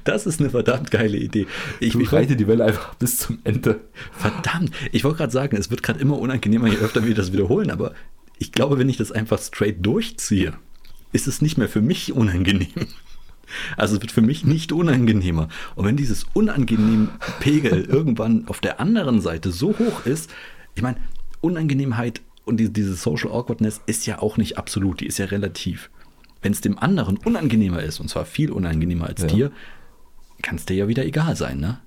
Das ist eine verdammt geile Idee. Ich, Du ich reite die Welle einfach bis zum Ende. verdammt, ich wollte gerade sagen, es wird gerade immer unangenehmer, je öfter wir das wiederholen, aber ich glaube, wenn ich das einfach straight durchziehe, ist es nicht mehr für mich unangenehm. Also es wird für mich nicht unangenehmer. Und wenn dieses unangenehm Pegel irgendwann auf der anderen Seite so hoch ist, ich meine, Unangenehmheit und die, diese Social Awkwardness ist ja auch nicht absolut, die ist ja relativ. Wenn es dem anderen unangenehmer ist, und zwar viel unangenehmer als Ja. dir, kann es dir ja wieder egal sein, ne?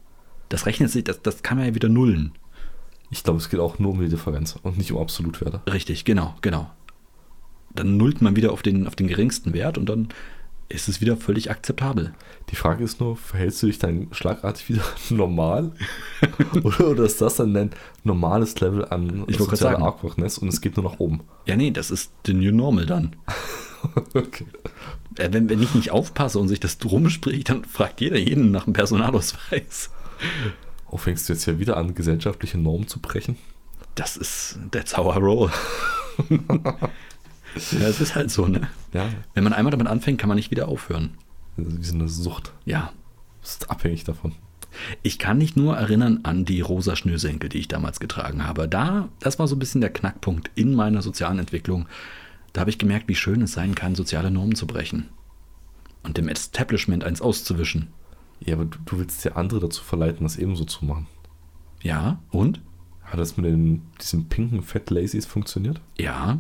Das rechnet sich, das, das kann man ja wieder nullen. Ich glaube, es geht auch nur um die Differenz und nicht um Absolutwerte. Richtig, genau, genau. Dann nullt man wieder auf den, auf den geringsten Wert und dann ist es wieder völlig akzeptabel. Die Frage ist nur, verhältst du dich dann schlagartig wieder normal? oder, oder ist das dann dein normales Level an Ich wollte gerade sozialer sagen. Awkwardness und es geht nur nach oben? Ja, nee, das ist the new normal dann. Okay. Äh, Wenn, wenn ich nicht aufpasse und sich das rumspricht, dann fragt jeder jeden nach dem Personalausweis. Oh, fängst du jetzt ja wieder an, gesellschaftliche Normen zu brechen? Das ist, that's how I roll. ja, es ist halt so, ne? Ja. Wenn man einmal damit anfängt, kann man nicht wieder aufhören. Das ist Also, wie so eine Sucht. Ja, Du bist abhängig davon. Ich kann mich nur erinnern an die rosa Schnürsenkel, die ich damals getragen habe. Da, das war so ein bisschen der Knackpunkt in meiner sozialen Entwicklung. Da habe ich gemerkt, wie schön es sein kann, soziale Normen zu brechen und dem Establishment eins auszuwischen. Ja, aber du, du willst ja andere dazu verleiten, das ebenso zu machen. Ja, und? Hat das mit den, diesen pinken Fat Lazies funktioniert? Ja.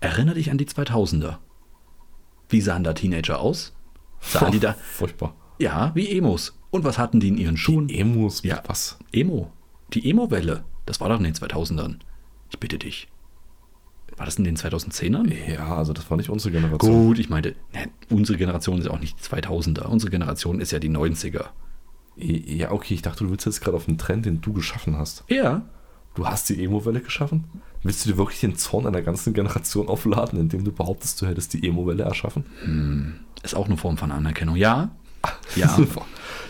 Erinnere dich an die 2000er. Wie sahen da Teenager aus? Sahen die da? Furchtbar. Ja, wie Emos. Und was hatten die in ihren Schuhen? Emus, Ja. was? Emo. Die Emo-Welle. Das war doch in den 2000ern. Ich bitte dich. War das in den 2010ern? Ja, also das war nicht unsere Generation. Gut, ich meinte, ne, unsere Generation ist auch nicht die 2000er. Unsere Generation ist ja die 90er. E- Ja, okay, ich dachte, du willst jetzt gerade auf einen Trend, den du geschaffen hast. Ja. Du hast die Emo-Welle geschaffen? Willst du dir wirklich den Zorn einer ganzen Generation aufladen, indem du behauptest, du hättest die Emo-Welle erschaffen? Ist auch eine Form von Anerkennung. Ja. Ja.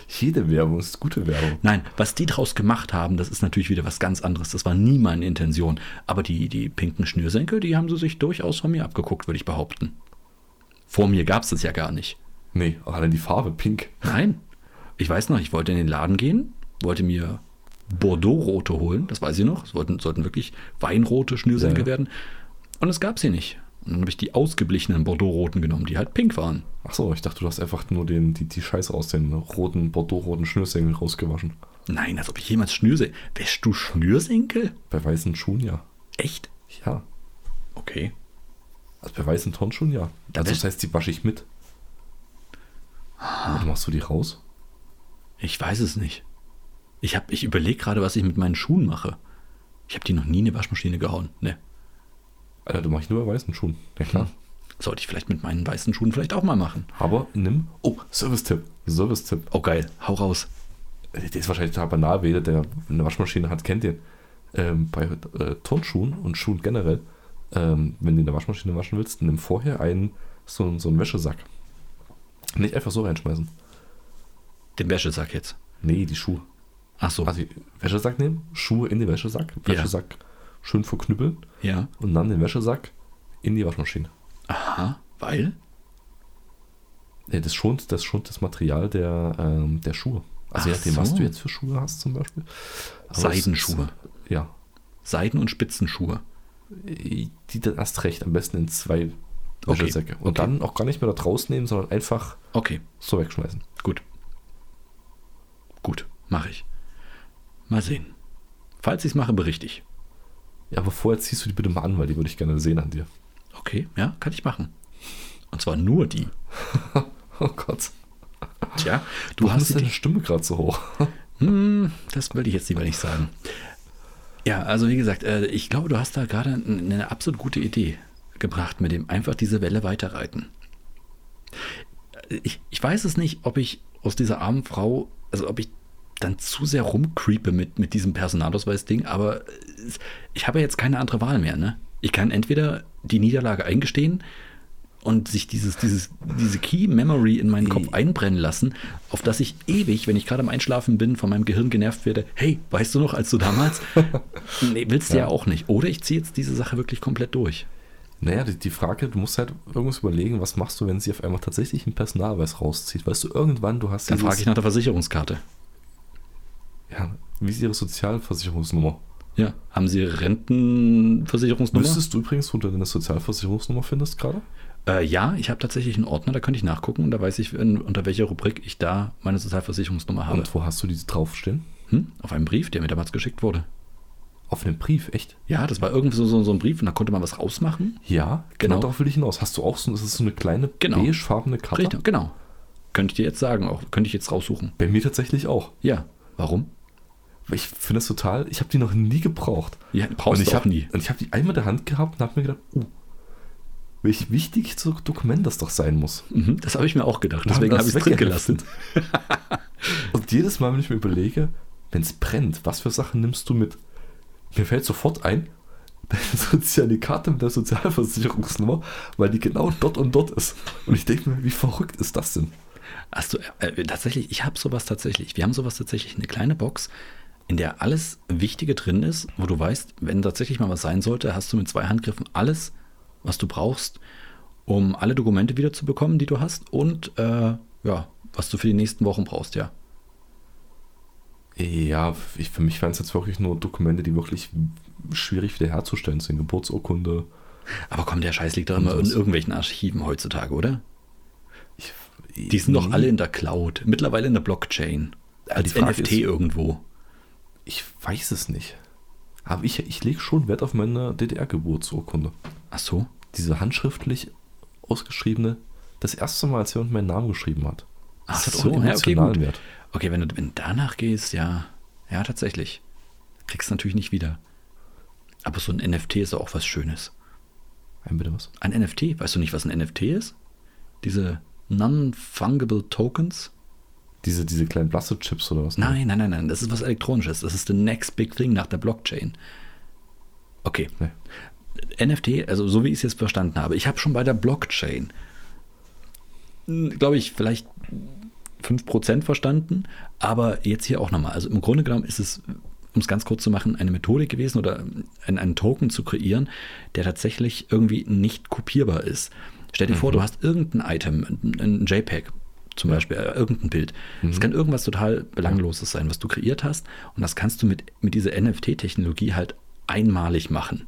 Jede Werbung ist gute Werbung. Nein, was die draus gemacht haben, das ist natürlich wieder was ganz anderes. Das war nie meine Intention. Aber die, die pinken Schnürsenkel, die haben sie sich durchaus von mir abgeguckt, würde ich behaupten. Vor mir gab es das ja gar nicht. Nee, allein die Farbe, pink. Nein. Ich weiß noch, ich wollte in den Laden gehen, wollte mir Bordeaux-Rote holen, das weiß ich noch. Es wollten, sollten wirklich weinrote Schnürsenkel Ja, ja. werden. Und es gab sie nicht. Und dann habe ich die ausgeblichenen Bordeaux-Roten genommen, die halt pink waren. Achso, ich dachte, du hast einfach nur den, die, die Scheiße aus den roten, bordeaux-roten Schnürsenkeln rausgewaschen. Nein, als ob ich jemals Schnürsenkel. Wäschst du Schnürsenkel? Bei weißen Schuhen ja. Echt? Ja. Okay. Also bei weißen Turnschuhen ja. Da also bist- Ah. das heißt, die wasche ich mit. Und machst du die raus? Ich weiß es nicht. Ich, hab- ich überlege gerade, was ich mit meinen Schuhen mache. Ich habe die noch nie in eine Waschmaschine gehauen. Ne. Alter, du machst nur bei weißen Schuhen. Ja klar. Hm. Sollte ich vielleicht mit meinen weißen Schuhen vielleicht auch mal machen. Aber nimm. Oh, Service-Tipp. Service-Tipp. Oh geil, hau raus. Äh, Der ist wahrscheinlich total banal, weil jeder, der eine Waschmaschine hat, kennt den. Ähm, bei äh, Turnschuhen und Schuhen generell, ähm, wenn du in der Waschmaschine waschen willst, nimm vorher einen so, so einen Wäschesack. Nicht einfach so reinschmeißen. Den Wäschesack jetzt. Nee, die Schuhe. Ach so. Also Wäschesack nehmen, Schuhe in den Wäschesack, Wäschesack schön verknüppeln ja. und dann den Wäschesack in die Waschmaschine. Aha, weil? Nee, Das schont das, schont das Material der, ähm, der Schuhe. Also Ach je nachdem, was so. du jetzt für Schuhe hast zum Beispiel. Aber es- Seidenschuhe. es- Ja. Seiden- und Spitzenschuhe. Die dann erst recht, am besten in zwei Okay, Wäschesäcke. Und okay. dann auch gar nicht mehr da rausnehmen, sondern einfach Okay, so wegschmeißen. gut. Gut, mache ich. Mal sehen. Falls ich es mache, berichte ich. Ja, aber vorher ziehst du die bitte mal an, weil die würde ich gerne sehen an dir. Okay, ja, kann ich machen. Und zwar nur die. Oh Gott. Tja, du Du hast hast deine dich. Stimme gerade so hoch. Hm, das wollte ich jetzt lieber nicht sagen. Ja, also wie gesagt, äh, ich glaube, du hast da gerade n- eine absolut gute Idee gebracht mit dem einfach diese Welle weiterreiten. Äh, Ich, ich weiß es nicht, ob ich aus dieser armen Frau, also ob ich dann zu sehr rumcreepe mit, mit diesem Personalausweis-Ding, aber es- ich habe jetzt keine andere Wahl mehr. Ne? Ich kann entweder die Niederlage eingestehen und sich dieses, dieses, diese Key Memory in meinen Kopf einbrennen lassen, auf das ich ewig, wenn ich gerade am Einschlafen bin, von meinem Gehirn genervt werde, hey, weißt du noch, als du damals? nee, willst du ja. Ja. auch nicht. Oder ich ziehe jetzt diese Sache wirklich komplett durch. Naja, die, die Frage, du musst halt irgendwas überlegen, was machst du, wenn sie auf einmal tatsächlich einen Personalweis rauszieht? Weißt du, irgendwann, du hast Dann dieses- frage ich nach der Versicherungskarte. Ja, wie ist ihre Sozialversicherungsnummer? Ja, haben Sie Rentenversicherungsnummer? Wüsstest du übrigens, wo du deine Sozialversicherungsnummer findest gerade? Äh, ja, ich habe tatsächlich einen Ordner, da könnte ich nachgucken und da weiß ich, in, unter welcher Rubrik ich da meine Sozialversicherungsnummer habe. Und wo hast du diese draufstehen? Hm? Auf einem Brief, der mir damals geschickt wurde. Auf einem Brief, echt? Ja, das war irgendwie so, so, so ein Brief und da konnte man was rausmachen. Ja, Genau. genau. Darauf will ich hinaus. Hast du auch so, das ist so eine kleine Genau. beigefarbene Karte? Richtig, genau. Könnte ich dir jetzt sagen, auch könnte ich jetzt raussuchen. Bei mir tatsächlich auch. Ja, warum? Weil Ich finde das total, ich habe die noch nie gebraucht. Ja, brauchst und ich du auch hab- nie. Und ich habe die einmal in der Hand gehabt und habe mir gedacht, uh, welch wichtiges Dokument das doch sein muss. Mhm, das habe ich mir auch gedacht, Dann haben deswegen wir habe ich das es drin gelassen. Und jedes Mal, wenn ich mir überlege, wenn es brennt, was für Sachen nimmst du mit? Mir fällt sofort ein, deine soziale Karte mit der Sozialversicherungsnummer, weil die genau dort und dort ist. Und ich denke mir, wie verrückt ist das denn? Hast du äh, tatsächlich, ich habe sowas tatsächlich. Wir haben sowas tatsächlich, eine kleine Box, in der alles Wichtige drin ist, wo du weißt, wenn tatsächlich mal was sein sollte, hast du mit zwei Handgriffen alles, was du brauchst, um alle Dokumente wiederzubekommen, die du hast und äh, ja, was du für die nächsten Wochen brauchst, ja. Ja, ich, für mich wären es jetzt wirklich nur Dokumente, die wirklich schwierig wiederherzustellen sind. Geburtsurkunde. Aber komm, der Scheiß liegt doch immer in sonst- irgendwelchen Archiven heutzutage, oder? Ich, Die sind noch Nee. alle in der Cloud, mittlerweile in der Blockchain. Ja, Als die Frage NFT ist- irgendwo. Ich weiß es nicht. Aber ich, ich lege schon Wert auf meine DDR-Geburtsurkunde. Ach so? Diese handschriftlich ausgeschriebene, das erste Mal, als jemand meinen Namen geschrieben hat. Ach hat auch so, einen ja, okay, emotionalen gut. Wert. Okay, wenn du, wenn du danach gehst, ja, ja, tatsächlich. Kriegst du natürlich nicht wieder. Aber so ein NFT ist doch auch was Schönes. Ein bitte was? Ein NFT, weißt du nicht, was ein NFT ist? Diese Non-Fungible Tokens? Diese, diese kleinen Plastikchips oder was? Nein, nein, nein, nein, das ist was Elektronisches. Das ist the next big thing nach der Blockchain. Okay, Nee. NFT, also so wie ich es jetzt verstanden habe, ich habe schon bei der Blockchain, mh, glaube ich, vielleicht 5% verstanden, aber jetzt hier auch nochmal. Also im Grunde genommen ist es, um es ganz kurz zu machen, eine Methode gewesen oder einen, einen Token zu kreieren, der tatsächlich irgendwie nicht kopierbar ist. Stell dir vor, du hast irgendein Item, ein- ein JPEG zum Beispiel, äh, irgendein Bild. Es kann irgendwas total Belangloses sein, was du kreiert hast und das kannst du mit, mit dieser NFT-Technologie halt einmalig machen.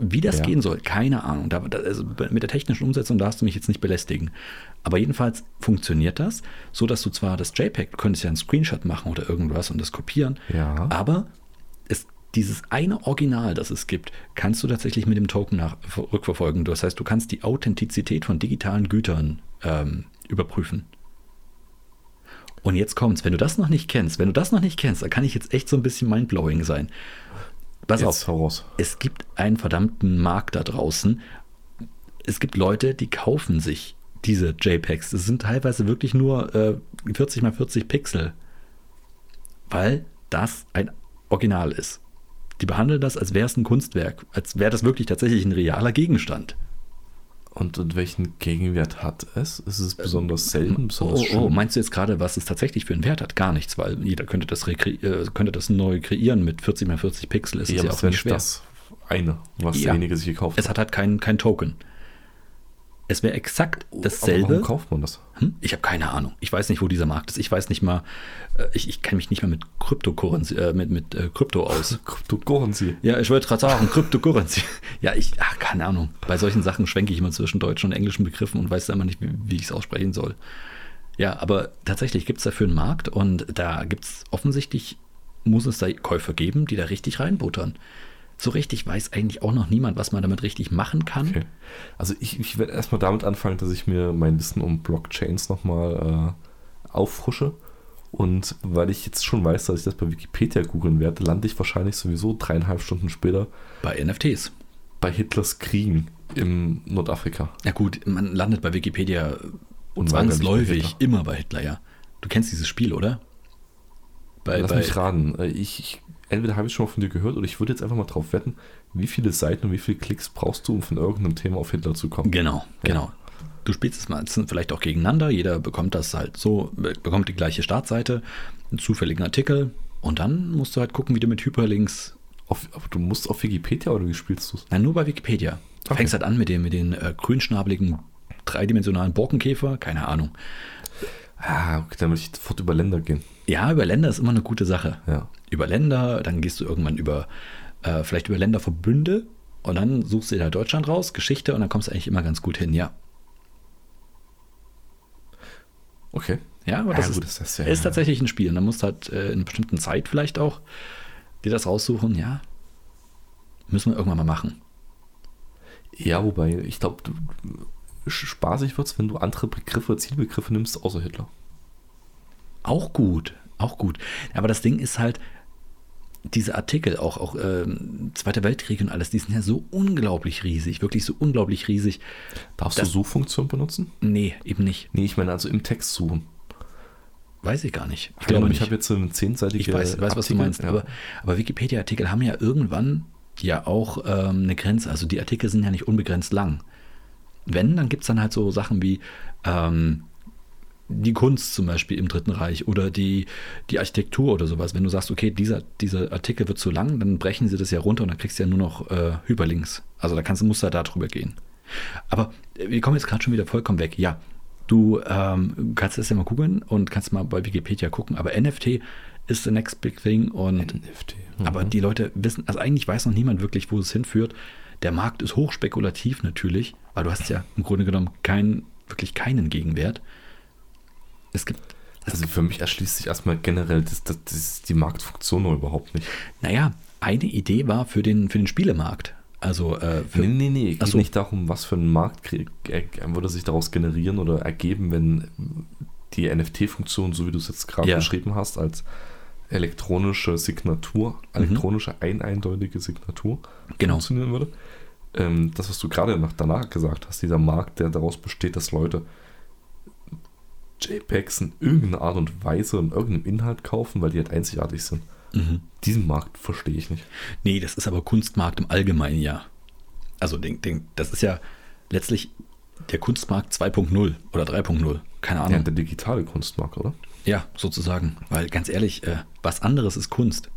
Wie das Ja. gehen soll, keine Ahnung. Da, da, also mit der technischen Umsetzung darfst du mich jetzt nicht belästigen. Aber jedenfalls funktioniert das, so dass du zwar das JPEG, du könntest ja einen Screenshot machen oder irgendwas und das kopieren, Ja. aber es, dieses eine Original, das es gibt, kannst du tatsächlich mit dem Token nach, rückverfolgen. Das heißt, du kannst die Authentizität von digitalen Gütern ähm, überprüfen. Und jetzt kommt's, wenn du das noch nicht kennst, wenn du das noch nicht kennst, dann kann ich jetzt echt so ein bisschen mindblowing sein. Pass auf, Jetzt hau raus. es gibt einen verdammten Markt da draußen. Es gibt Leute, die kaufen sich diese JPEGs. Das sind teilweise wirklich nur äh, 40 mal 40 Pixel, weil das ein Original ist. Die behandeln das, als wäre es ein Kunstwerk, als wäre das wirklich tatsächlich ein realer Gegenstand. Und, und welchen Gegenwert hat es? Ist es besonders selten, Oh, besonders oh, schön? oh, meinst du jetzt gerade, was es tatsächlich für einen Wert hat? Gar nichts, weil jeder könnte das, rekre- äh, könnte das neu kreieren mit 40 mal 40 Pixel. Es ja, ist ja aber auch wenn nicht ich schwer. das eine, was Ja. derjenige sich gekauft Es hat halt keinen kein Token. Es wäre exakt Oh, Aber warum dasselbe. kauft man das? Hm? Ich habe keine Ahnung. Ich weiß nicht, wo dieser Markt ist. Ich weiß nicht mal, äh, ich, ich kenne mich nicht mal mit Kryptocurrency, äh, mit, mit äh, Krypto aus. Kryptocurrency. ja, ich wollte gerade sagen, Kryptocurrency. ja, ich, ach, keine Ahnung. Bei solchen Sachen schwenke ich immer zwischen deutschen und englischen Begriffen und weiß dann immer nicht, wie, wie ich es aussprechen soll. Ja, aber tatsächlich gibt es dafür einen Markt und da gibt es offensichtlich, muss es da Käufer geben, die da richtig reinbuttern. So richtig weiß eigentlich auch noch niemand, was man damit richtig machen kann. Okay. Also ich, ich werde erstmal damit anfangen, dass ich mir mein Wissen um Blockchains nochmal äh, auffrische. Und weil ich jetzt schon weiß, dass ich das bei Wikipedia googeln werde, lande ich wahrscheinlich sowieso dreieinhalb Stunden später Bei NFTs. bei Hitlers Kriegen im Nordafrika. Ja gut, man landet bei Wikipedia Und weiter zwangsläufig nicht immer bei Hitler, ja. Du kennst dieses Spiel, oder? Bei, Lass bei, mich raten. Äh, Ich, ich, entweder habe ich schon mal von dir gehört oder ich würde jetzt einfach mal drauf wetten, wie viele Seiten und wie viele Klicks brauchst du, um von irgendeinem Thema auf Hitler zu kommen. genau, genau. Du spielst es mal es sind vielleicht auch gegeneinander, jeder bekommt das halt so, be- bekommt die gleiche Startseite, einen zufälligen Artikel und dann musst du halt gucken, wie du mit Hyperlinks Auf, aber du musst auf Wikipedia oder wie spielst du es? Nein, nur bei Wikipedia. Du Okay. Fängst halt an mit den, mit den äh, grünschnabeligen, dreidimensionalen Borkenkäfer, keine Ahnung. Ah, okay, dann würde ich sofort über Länder gehen. Ja, über Länder ist immer eine gute Sache. Ja. Über Länder, dann gehst du irgendwann über, äh, vielleicht über Länderverbünde und dann suchst du dir da Deutschland raus, Geschichte und dann kommst du eigentlich immer ganz gut hin, ja. Okay. Ja, aber Ja, das, gut, ist, das ist ja- ist tatsächlich ein Spiel. Und dann musst du halt äh, in einer bestimmten Zeit vielleicht auch dir das raussuchen, ja. Müssen wir irgendwann mal machen. Ja, wobei, ich glaube, spaßig wird es, wenn du andere Begriffe, Zielbegriffe nimmst, außer Hitler. Auch gut, auch gut. Aber das Ding ist halt, diese Artikel, auch, auch ähm, Zweiter Weltkrieg und alles, die sind ja so unglaublich riesig, wirklich so unglaublich riesig. Darfst Das- du Suchfunktion benutzen? Nee, eben nicht. Nee, ich meine also im Text suchen. Weiß ich gar nicht. Ich glaube Angenommen, ich Genau, nicht. habe jetzt eine zehnseitigen Ich weiß, weiß was du meinst. Aber, aber Wikipedia-Artikel haben ja irgendwann ja auch ähm, eine Grenze. Also die Artikel sind ja nicht unbegrenzt lang. Wenn, dann gibt es dann halt so Sachen wie ähm, die Kunst zum Beispiel im Dritten Reich oder die, die Architektur oder sowas. Wenn du sagst, okay, dieser, dieser Artikel wird zu lang, dann brechen sie das ja runter und dann kriegst du ja nur noch äh, Hyperlinks. Also da kannst du musst du da drüber gehen. Aber äh, wir kommen jetzt gerade schon wieder vollkommen weg. Ja, du ähm, kannst das ja mal googeln und kannst mal bei Wikipedia gucken. Aber NFT ist the next big thing und NFT. aber die Leute wissen, also eigentlich weiß noch niemand wirklich, wo es hinführt. Der Markt ist hochspekulativ natürlich, weil du hast ja im Grunde genommen keinen, wirklich keinen Gegenwert. Es gibt, Also für mich erschließt sich erstmal generell das, das, das, die Marktfunktion noch überhaupt nicht. naja, eine Idee war für den, für den Spielemarkt. Also äh, für, Nee, nee, nee. Es Ach geht so. nicht darum, was für einen Markt krieg- er- würde sich daraus generieren oder ergeben, wenn die NFT-Funktion, so wie du es jetzt gerade Ja. beschrieben hast, als elektronische Signatur, elektronische ein eindeutige Signatur Mhm. Genau. funktionieren würde. Ähm, das, was du gerade nach, danach gesagt hast, dieser Markt, der daraus besteht, dass Leute JPEGs in irgendeiner Art und Weise und irgendeinem Inhalt kaufen, weil die halt einzigartig sind. Mhm. Diesen Markt verstehe ich nicht. Nee, das ist aber Kunstmarkt im Allgemeinen ja. Also den, den, das ist ja letztlich der Kunstmarkt 2.0 oder 3.0. Keine Ahnung. Ja, der digitale Kunstmarkt, oder? Ja, sozusagen. Weil ganz ehrlich, äh, was anderes ist Kunst.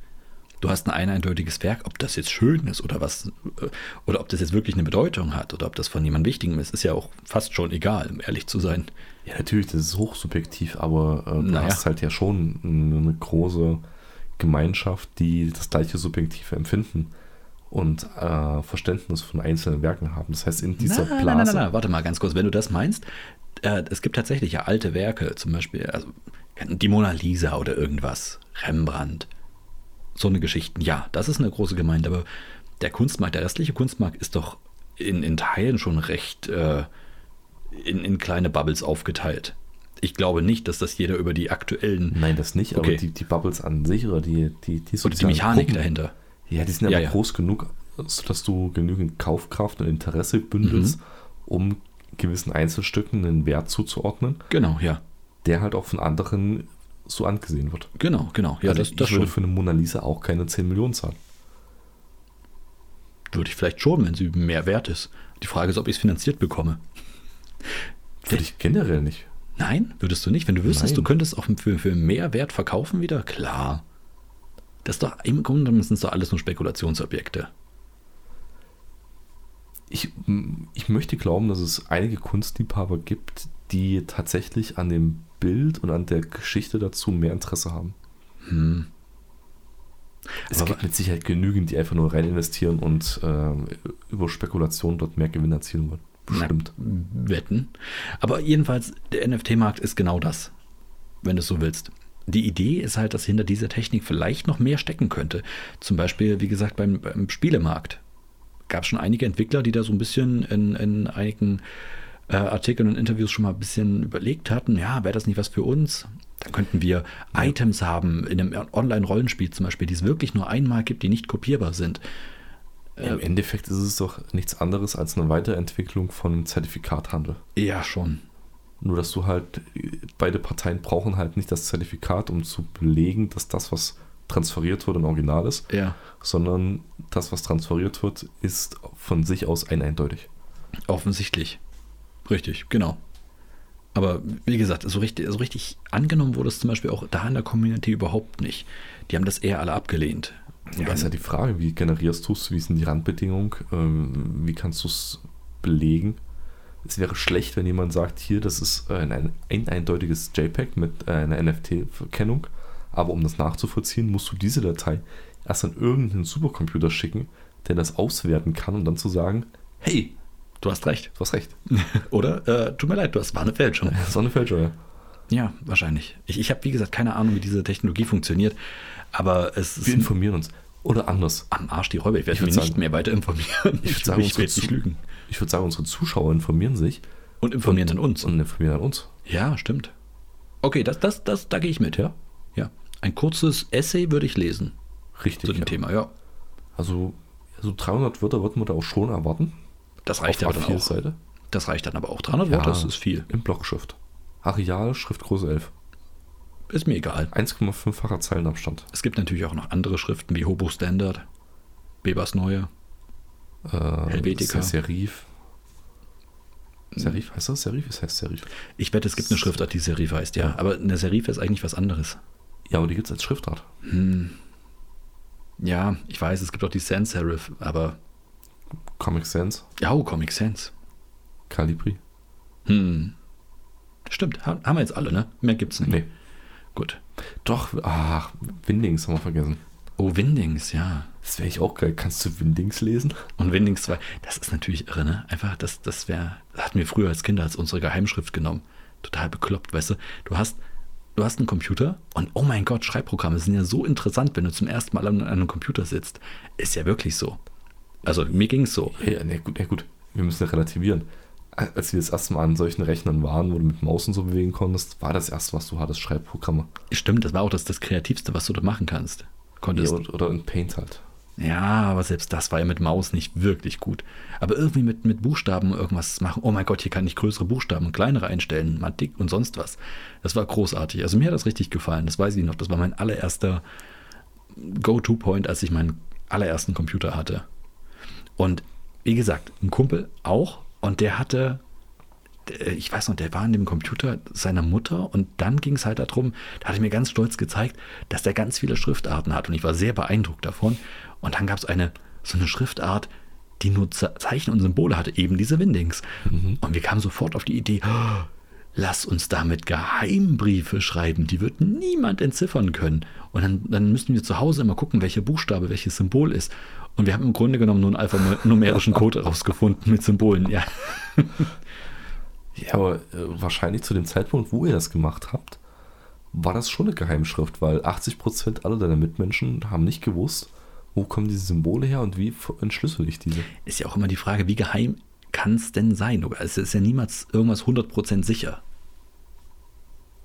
Du hast ein eindeutiges Werk, ob das jetzt schön ist oder was, äh, oder ob das jetzt wirklich eine Bedeutung hat oder ob das von jemandem Wichtigem ist, ist ja auch fast schon egal, um ehrlich zu sein. Ja, natürlich, das ist hochsubjektiv, aber äh, du Naja. hast halt ja schon eine große Gemeinschaft, die das gleiche subjektive Empfinden und äh, Verständnis von einzelnen Werken haben. Das heißt, in dieser nein, nein, Blase. nein, nein, warte mal ganz kurz, wenn du das meinst, äh, es gibt tatsächlich ja alte Werke, zum Beispiel also, die Mona Lisa oder irgendwas, Rembrandt, so eine Geschichten. Ja, das ist eine große Gemeinde, aber der Kunstmarkt, der restliche Kunstmarkt ist doch in, in Teilen schon recht äh, in, in kleine Bubbles aufgeteilt. Ich glaube nicht, dass das jeder über die aktuellen Nein, das nicht, Okay. aber die, die Bubbles an sich oder die, die, die oder die sozialen Mechanik Gruppen, dahinter. Ja, die sind Ja, aber ja. groß genug, sodass du genügend Kaufkraft und Interesse bündelst, Mhm. um gewissen Einzelstücken einen Wert zuzuordnen, Genau, ja. der halt auch von anderen so angesehen wird. Genau, genau. Ja, also das, das ich würde schon. für eine Mona Lisa auch keine 10 Millionen zahlen. Würde ich vielleicht schon, wenn sie mehr wert ist. Die Frage ist, ob ich es finanziert bekomme. Würde ich generell nicht. Nein, würdest du nicht. Wenn du wüsstest, du Nein. könntest auch für, für mehr Wert verkaufen wieder, klar. Das ist doch, im Grunde genommen sind es doch alles nur Spekulationsobjekte. ich, ich möchte glauben, dass es einige Kunstliebhaber gibt, die tatsächlich an dem Bild und an der Geschichte dazu mehr Interesse haben. Hm. Es Aber- gibt mit Sicherheit genügend, die einfach nur rein investieren und ähm, über Spekulation dort mehr Gewinn erzielen wollen. Bestimmt. Wetten. Aber jedenfalls, der NFT-Markt ist genau das, wenn du es so willst. Die Idee ist halt, dass hinter dieser Technik vielleicht noch mehr stecken könnte. Zum Beispiel, wie gesagt, beim, beim Spielemarkt gab es schon einige Entwickler, die da so ein bisschen in, in einigen äh, Artikeln und Interviews schon mal ein bisschen überlegt hatten, ja, wäre das nicht was für uns? Dann könnten wir Items haben in einem Online-Rollenspiel zum Beispiel, die es wirklich nur einmal gibt, die nicht kopierbar sind. Im Endeffekt ist es doch nichts anderes als eine Weiterentwicklung von einem Zertifikathandel. Ja, schon. Nur, dass du halt, beide Parteien brauchen halt nicht das Zertifikat, um zu belegen, dass das, was transferiert wurde, ein Original ist, Ja. sondern das, was transferiert wird, ist von sich aus ein eindeutig. Offensichtlich. Richtig, genau. Aber wie gesagt, so richtig, so richtig angenommen wurde es zum Beispiel auch da in der Community überhaupt nicht. Die haben das eher alle abgelehnt. Also, Ja, ist ja die Frage, wie generierst du es, wie sind die Randbedingungen, ähm, wie kannst du es belegen? Es wäre schlecht, wenn jemand sagt, hier, das ist äh, ein, ein, ein eindeutiges JPEG mit äh, einer NFT-Verkennung, aber um das nachzuvollziehen, musst du diese Datei erst an irgendeinen Supercomputer schicken, der das auswerten kann und dann zu sagen, hey, Du hast recht. du hast recht, Oder? Äh, tut mir leid, du hast war eine Fälschung. das ist auch eine Fälschung. ja. Ja, wahrscheinlich. Ich, ich habe, wie gesagt, keine Ahnung, wie diese Technologie funktioniert. Aber es Wir ist informieren uns. Oder anders. am Arsch die Räuber. Ich werde Ich mich würd nicht sagen- mehr weiter informieren. Ich würde sagen, ich unsere werd nicht Zu- lügen. ich würd sagen, unsere Zuschauer informieren sich Und informieren dann uns. und informieren dann uns. Ja, stimmt. Okay, das, das, das, da gehe ich mit, ja. Ja. Ein kurzes Essay würde ich lesen Richtig. zu dem ja. Thema, ja. Also, so 300 Wörter würden wir da auch schon erwarten. Das reicht auf aber dann auch. A4-Seite. Das reicht dann aber auch. 300 Worte, das ist viel. Im Blockschrift. Areal, Schriftgröße 11. Ist mir egal. 1,5-facher Zeilenabstand. Es gibt natürlich auch noch andere Schriften wie Hobo Standard, Bebers Neue. Äh, Helvetica. ist ja Serif. Serif heißt das? Serif? Es heißt Serif. Ich wette, es gibt eine Schriftart, die Serif heißt, ja. Aber eine Serif ist eigentlich was anderes. Ja, aber die gibt es als Schriftart. Ja, ich weiß, es gibt auch die Sans Serif, aber. Comic Sans, Ja, oh, Comic Sans. Calibri. Hm. Stimmt, ha- haben wir jetzt alle, ne? Mehr gibt's nicht. Nee. Gut. Doch, ach, Windings haben wir vergessen. Oh, Windings, ja. Das wäre ich auch geil. Kannst du Windings lesen? Und Windings 2. Das ist natürlich irre, ne? Einfach, das, das wäre. Das hatten wir früher als Kinder als unsere Geheimschrift genommen. Total bekloppt, weißt du? Du hast, du hast einen Computer und oh mein Gott, Schreibprogramme sind ja so interessant, wenn du zum ersten Mal an, an einem Computer sitzt. Ist ja wirklich so. Also mir ging es so. Ja, na gut, na gut, wir müssen ja relativieren. Als wir das erste Mal an solchen Rechnern waren, wo du mit Maus und so bewegen konntest, war das erste, was du hattest, Schreibprogramme. Stimmt, das war auch das, das Kreativste, was du da machen kannst. Ja, Konntest. oder in Paint halt. Ja, aber selbst das war ja mit Maus nicht wirklich gut. Aber irgendwie mit, mit Buchstaben irgendwas machen. Oh mein Gott, hier kann ich größere Buchstaben und kleinere einstellen, mal dick und sonst was. Das war großartig. Also mir hat das richtig gefallen, das weiß ich noch. Das war mein allererster Go-To-Point, als ich meinen allerersten Computer hatte. Und wie gesagt, ein Kumpel auch und der hatte äh, ich weiß noch, der war an dem Computer seiner Mutter und dann ging es halt darum, da hat er mir ganz stolz gezeigt, dass der ganz viele Schriftarten hat und ich war sehr beeindruckt davon. Und dann gab es eine, so eine Schriftart, die nur Ze- Zeichen und Symbole hatte, eben diese Windings. Und wir kamen sofort auf die Idee, "Oh, lass uns damit Geheimbriefe schreiben, die wird niemand entziffern können. Und dann, dann müssten wir zu Hause immer gucken, welcher Buchstabe, welches Symbol ist. Und wir haben im Grunde genommen nur einen alphanumerischen Code rausgefunden mit Symbolen, ja. Ja, aber äh, wahrscheinlich zu dem Zeitpunkt, wo ihr das gemacht habt, war das schon eine Geheimschrift, weil 80% aller deiner Mitmenschen haben nicht gewusst, wo kommen diese Symbole her und wie f- entschlüssel ich diese. ist ja auch immer die Frage, wie geheim kann es denn sein? Aber Es ist ja niemals irgendwas 100% sicher,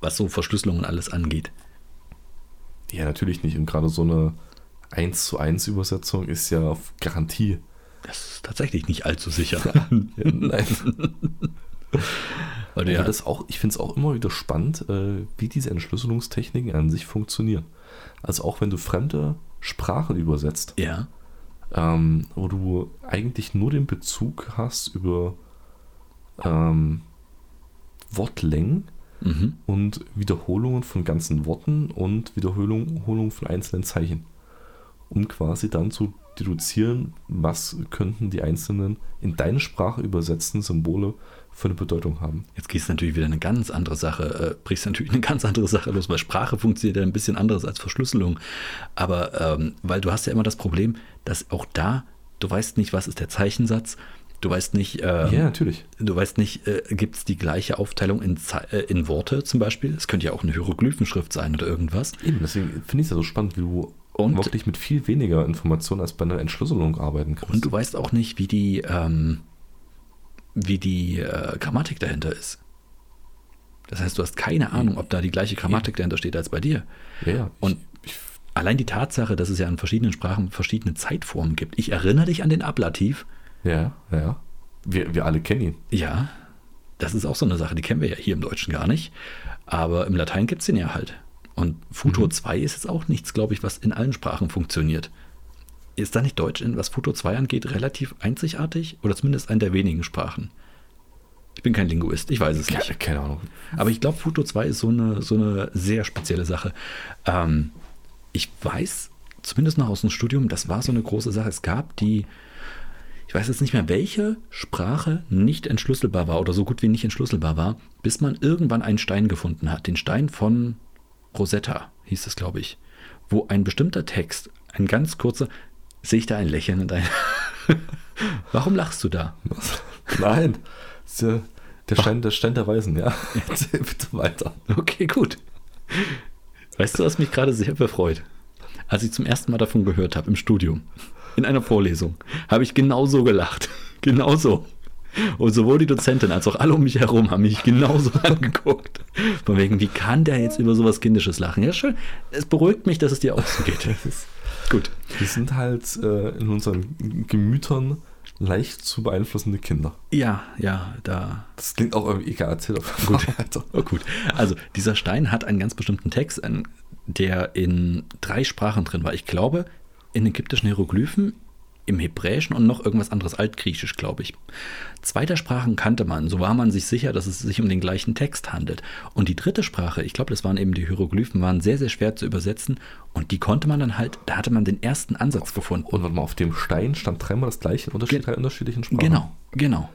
was so Verschlüsselung und alles angeht. Ja, natürlich nicht. Und gerade so eine 1 zu 1 Übersetzung ist ja auf Garantie. Das ist tatsächlich nicht allzu sicher. Ja, nein. Weil du ja, Ja. Aber das auch, ich finde es auch immer wieder spannend, äh, wie diese Entschlüsselungstechniken an sich funktionieren. Also auch wenn du fremde Sprachen übersetzt, ja, ähm, wo du eigentlich nur den Bezug hast über ähm, Wortlängen mhm. und Wiederholungen von ganzen Worten und Wiederholungen Wiederholungen von einzelnen Zeichen, um quasi dann zu deduzieren, was könnten die einzelnen in deine Sprache übersetzten Symbole für eine Bedeutung haben. Jetzt gehst du natürlich wieder eine ganz andere Sache, äh, brichst natürlich eine ganz andere Sache los, weil Sprache funktioniert ja ein bisschen anderes als Verschlüsselung. Aber ähm, weil du hast ja immer das Problem, dass auch da, du weißt nicht, was ist der Zeichensatz, du weißt nicht, ähm, ja, natürlich. du weißt nicht, äh, gibt es die gleiche Aufteilung in, Ze- äh, in Worte zum Beispiel? Es könnte ja auch eine Hieroglyphenschrift sein oder irgendwas. Eben, deswegen finde ich es ja so spannend, wie du Und- wirklich mit viel weniger Informationen als bei einer Entschlüsselung arbeiten kannst. Und du weißt auch nicht, wie die, ähm, wie die äh, Grammatik dahinter ist. Das heißt, du hast keine Ahnung, ob da die gleiche Grammatik dahinter steht als bei dir. ja, ja. Und allein die Tatsache, dass es ja in verschiedenen Sprachen verschiedene Zeitformen gibt. Ich erinnere dich an den Ablativ. ja, ja, ja. Wir, wir alle kennen ihn. Ja, das ist auch so eine Sache, die kennen wir ja hier im Deutschen gar nicht. Aber im Latein gibt es den ja halt. Und Futur 2 ist jetzt auch nichts, glaube ich, was in allen Sprachen funktioniert. Ist da nicht Deutsch, in, was Futur 2 angeht, relativ einzigartig? Oder zumindest ein der wenigen Sprachen? Ich bin kein Linguist, ich weiß es nicht. Keine, keine Ahnung. Aber ich glaube, Futur 2 ist so eine, so eine sehr spezielle Sache. Ähm, ich weiß, zumindest noch aus dem Studium, das war so eine große Sache. Es gab die, ich weiß jetzt nicht mehr, welche Sprache nicht entschlüsselbar war oder so gut wie nicht entschlüsselbar war, bis man irgendwann einen Stein gefunden hat. Den Stein von Rosetta hieß es, glaube ich, wo ein bestimmter Text, ein ganz kurzer, sehe ich da ein Lächeln und ein. Warum lachst du da? Was? Nein. Das ist ja Der Stein, der Stein der Weisen, ja. Erzähl Bitte weiter. Okay, gut. Weißt du, was mich gerade sehr befreut? Als ich zum ersten Mal davon gehört habe im Studium, in einer Vorlesung, habe ich genauso gelacht. Genauso. Und sowohl die Dozentin als auch alle um mich herum haben mich genauso angeguckt. Von wegen, wie kann der jetzt über sowas Kindisches lachen? Ja, schön. Es beruhigt mich, dass es dir auch so geht. Gut. Wir sind halt äh, in unseren Gemütern leicht zu beeinflussende Kinder. Ja, ja, da Das klingt auch irgendwie egal. Erzähl doch Gut. weiter. Oh, gut. Also, dieser Stein hat einen ganz bestimmten Text, einen, der in drei Sprachen drin war. Ich glaube, in ägyptischen Hieroglyphen, im Hebräischen und noch irgendwas anderes, altgriechisch, glaube ich. Zweiter Sprachen kannte man, so war man sich sicher, dass es sich um den gleichen Text handelt. Und die dritte Sprache, ich glaube, das waren eben die Hieroglyphen, waren sehr, sehr schwer zu übersetzen. Und die konnte man dann halt, da hatte man den ersten Ansatz gefunden. Und warte mal, auf dem Stein stand dreimal das gleiche in unterschied Ge- drei unterschiedlichen Sprachen. Genau, genau.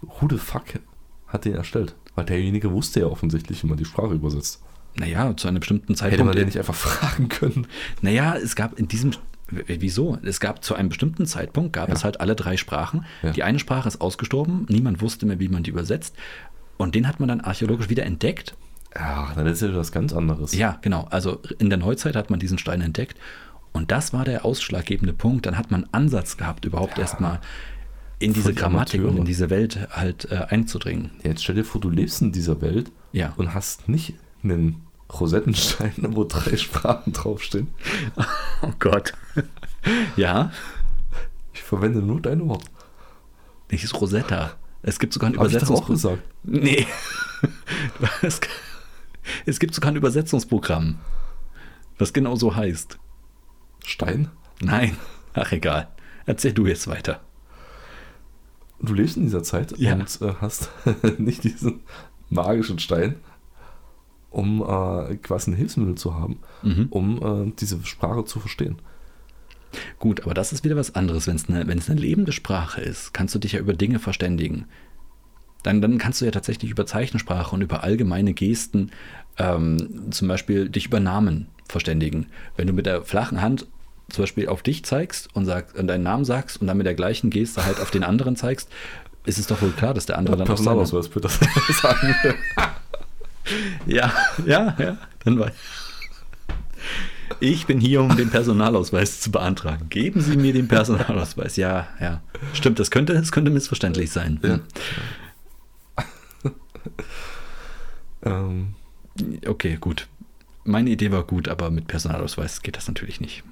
Who the fuck hat den erstellt? Weil derjenige wusste ja offensichtlich, wie man die Sprache übersetzt. Naja, zu einem bestimmten Hätte Zeitpunkt. man den nicht einfach fragen können. Naja, es gab in diesem. w- Wieso? Es gab zu einem bestimmten Zeitpunkt, gab es halt alle drei Sprachen. Ja. Die eine Sprache ist ausgestorben, niemand wusste mehr, wie man die übersetzt. Und den hat man dann archäologisch wieder entdeckt. Ja, dann ist ja was ganz anderes. Ja, genau. Also in der Neuzeit hat man diesen Stein entdeckt. Und das war der ausschlaggebende Punkt. Dann hat man einen Ansatz gehabt, überhaupt erstmal in diese Voll die Grammatik und Amateure. in diese Welt halt äh, einzudringen. Jetzt stell dir vor, du lebst in dieser Welt Ja. und hast nicht einen Rosettenstein, wo drei Sprachen draufstehen. Oh Gott. ja, Ich verwende nur dein Wort. ich ist Rosetta. Es gibt sogar einen Hab ich doch Übersetzungs- auch gesagt. Nee. Es, es gibt sogar ein Übersetzungsprogramm, das genau so heißt. Stein? Nein. Ach, egal. Erzähl du jetzt weiter. Du lebst in dieser Zeit Ja. und äh, hast nicht diesen magischen Stein, um äh, quasi ein Hilfsmittel zu haben, Mhm. um äh, diese Sprache zu verstehen. Gut, aber das ist wieder was anderes. Wenn es eine, wenn's eine lebende Sprache ist, kannst du dich ja über Dinge verständigen. Dann, dann kannst du ja tatsächlich über Zeichensprache und über allgemeine Gesten, ähm, zum Beispiel dich über Namen verständigen. Wenn du mit der flachen Hand zum Beispiel auf dich zeigst und, sagst, und deinen Namen sagst und dann mit der gleichen Geste halt auf den anderen zeigst, ist es doch wohl klar, dass der andere dann auch seine, Personalausweis, bitte sagen. Ja, ja, ja, dann war ich. bin hier, um den Personalausweis zu beantragen. Geben Sie mir den Personalausweis. Ja, ja. Stimmt, das könnte, das könnte missverständlich sein. Ja. ähm, Okay, gut. Meine Idee war gut, aber mit Personalausweis geht das natürlich nicht.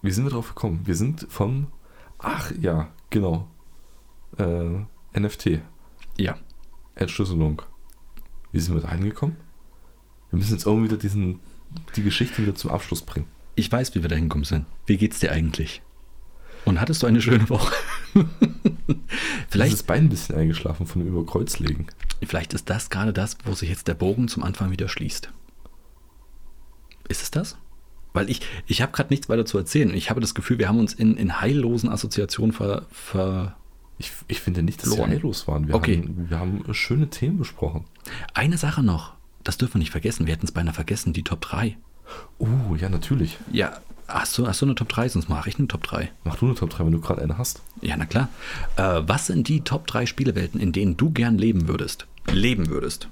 wie sind wir drauf gekommen? Wir sind vom. Ach ja, genau. Äh, NFT. Ja. Entschlüsselung. Wie sind wir da hingekommen? Wir müssen jetzt irgendwie wieder diesen, die Geschichte wieder zum Abschluss bringen. Ich weiß, wie wir da hinkommen sind. Wie geht's dir eigentlich? Und hattest du eine schöne Woche? Vielleicht vielleicht, ist das Bein ein bisschen eingeschlafen von dem Überkreuzlegen. vielleicht ist das gerade das, wo sich jetzt der Bogen zum Anfang wieder schließt. Ist es das? Weil ich, ich habe gerade nichts weiter zu erzählen. Ich habe das Gefühl, wir haben uns in, in heillosen Assoziationen ver, ver. Ich, ich finde nicht, dass wir Verloren. heillos waren. Wir, Okay. haben, wir haben schöne Themen besprochen. Eine Sache noch, das dürfen wir nicht vergessen. Wir hätten es beinahe vergessen, die Top 3. Oh, ja, natürlich. Ja, hast du, hast du eine Top 3? Sonst mache ich eine Top 3. Mach du eine Top 3, wenn du gerade eine hast. Ja, na klar. Äh, was sind die Top 3 Spielewelten, in denen du gern leben würdest? Leben würdest.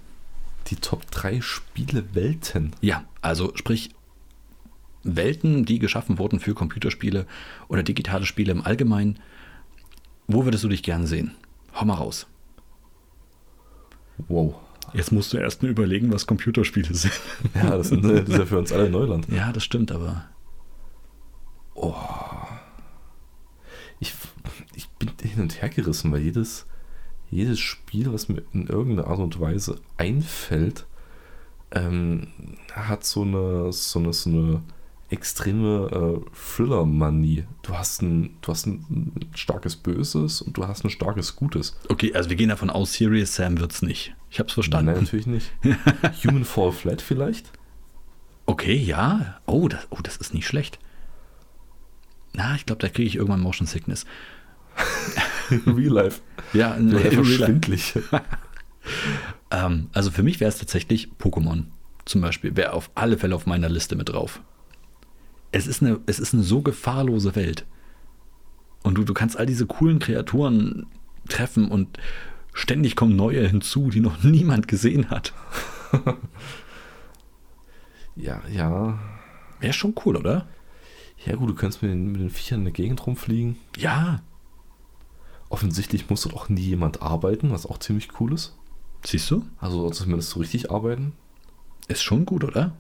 Die Top 3 Spielewelten. Ja, also sprich Welten, die geschaffen wurden für Computerspiele oder digitale Spiele im Allgemeinen. Wo würdest du dich gern sehen? Hau mal raus. Wow. Jetzt musst du erst mal überlegen, was Computerspiele sind. Ja, das, sind, das ist ja für uns alle Neuland. Ja, das stimmt, aber Ich, ich bin hin und her gerissen, weil jedes, jedes Spiel, was mir in irgendeiner Art und Weise einfällt, ähm, hat so eine, so eine, so eine extreme äh, Thriller-Manie. Du, hast ein- du hast ein starkes Böses und du hast ein starkes Gutes. okay, also wir gehen davon aus, Serious Sam wird's nicht. Ich hab's verstanden. Nein, natürlich nicht. Human Fall Flat vielleicht? Okay, ja. Oh das, oh, das ist nicht schlecht. Na, ich glaube, da kriege ich irgendwann Motion Sickness. Real Life. Ja, in, Oder in einfach real life. schwindlig. ähm, Also für mich wäre es tatsächlich Pokémon zum Beispiel. Wäre auf alle Fälle auf meiner Liste mit drauf. Es ist eine, es ist eine so gefahrlose Welt. Und du, du kannst all diese coolen Kreaturen treffen und ständig kommen neue hinzu, die noch niemand gesehen hat. Ja, ja. Wäre schon cool, oder? Ja gut, du kannst mit den, mit den Viechern in der Gegend rumfliegen. Ja. Offensichtlich muss dort auch nie jemand arbeiten, was auch ziemlich cool ist. Siehst du? Also zumindest so richtig arbeiten. Ist schon gut, oder?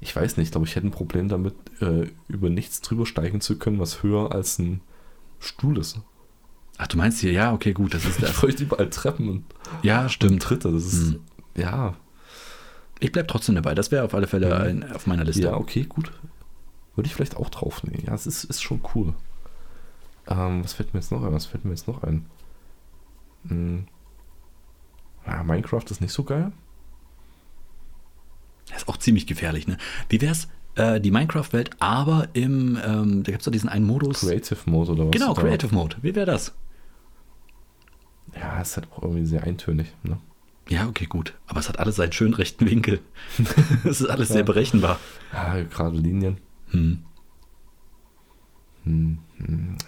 Ich weiß nicht, ich glaube, ich hätte ein Problem damit, äh, über nichts drüber steigen zu können, was höher als ein Stuhl ist. Ach, du meinst hier, ja, okay, gut, das ist Da das. bräuchte ich überall Treppen und Ja, stimmt. Tritte. Das ist, Hm. ja, Ich bleib trotzdem dabei. Das wäre auf alle Fälle ein, auf meiner Liste. ja, okay, gut. Würde ich vielleicht auch draufnehmen. Ja, es ist, ist schon cool. Ähm, was fällt mir jetzt noch ein? Was fällt mir jetzt noch ein? Hm. Ja, Minecraft ist nicht so geil. Das ist auch ziemlich gefährlich, ne? Wie wär's, äh, die Minecraft-Welt, aber im, ähm, da gibt's doch diesen einen Modus. Creative Mode oder was? genau, Da- Creative Mode. Wie wäre das? Ja, ist halt auch irgendwie sehr eintönig. Ne? Ja, okay, gut. Aber es hat alles seinen schönen rechten Winkel. es ist alles sehr berechenbar. Ja, gerade Linien. Hm. Hm, hm.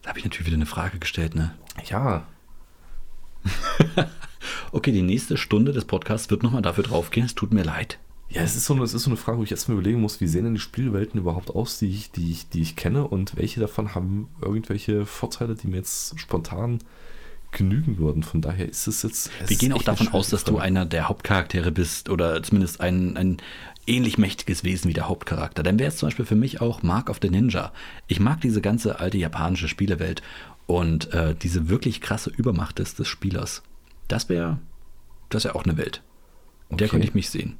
Da habe ich natürlich wieder eine Frage gestellt, ne? Ja, Okay, die nächste Stunde des Podcasts wird nochmal dafür draufgehen. Es tut mir leid. Ja, es ist, so eine, es ist so eine Frage, wo ich erstmal überlegen muss, wie sehen denn die Spielwelten überhaupt aus, die ich, die, ich, die ich kenne und welche davon haben irgendwelche Vorteile, die mir jetzt spontan genügen würden. Von daher ist es jetzt. Es Wir ist gehen auch echt eine davon aus, dass du schwierige einer der Hauptcharaktere bist oder zumindest ein, ein ähnlich mächtiges Wesen wie der Hauptcharakter. Dann wäre es zum Beispiel für mich auch Mark of the Ninja. Ich mag diese ganze alte japanische Spielewelt und äh, diese wirklich krasse Übermacht des, des Spielers. Das wäre das wär auch eine Welt. In der Okay. könnte ich mich sehen.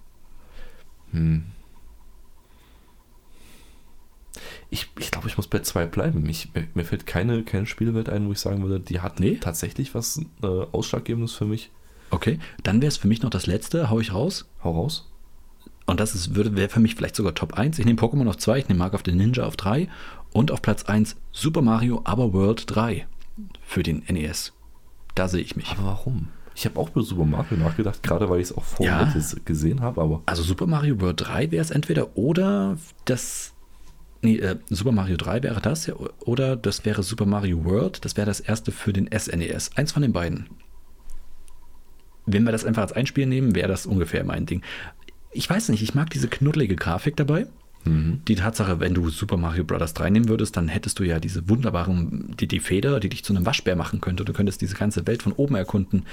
Frage. Ich, ich glaube, ich muss bei zwei bleiben. Ich, mir, mir fällt keine, keine Spielwelt ein, wo ich sagen würde, die hat Nee? tatsächlich was äh, Ausschlaggebendes für mich. Okay, dann wäre es für mich noch das letzte, hau ich raus. Hau raus. Und das ist- würde- wäre für mich vielleicht sogar Top 1. Ich nehme Pokémon auf 2, ich nehme Mark of the Ninja auf 3 und auf Platz 1 Super Mario Aber World 3 für den NES. Da sehe ich mich. Aber warum? Ich habe auch über Super Mario nachgedacht, gerade weil ich es auch vorher Ja. gesehen habe, aber. Also Super Mario World 3 wäre es entweder oder das. Nee, äh, Super Mario 3 wäre das ja, oder das wäre Super Mario World, das wäre das erste für den SNES. Eins von den beiden. Wenn wir das einfach als ein Spiel nehmen, wäre das ungefähr mein Ding. Ich weiß nicht, ich mag diese knuddelige Grafik dabei. Mhm. Die Tatsache, wenn du Super Mario Bros. 3 nehmen würdest, dann hättest du ja diese wunderbaren, die, die Feder, die dich zu einem Waschbär machen könnte. Du könntest diese ganze Welt von oben erkunden.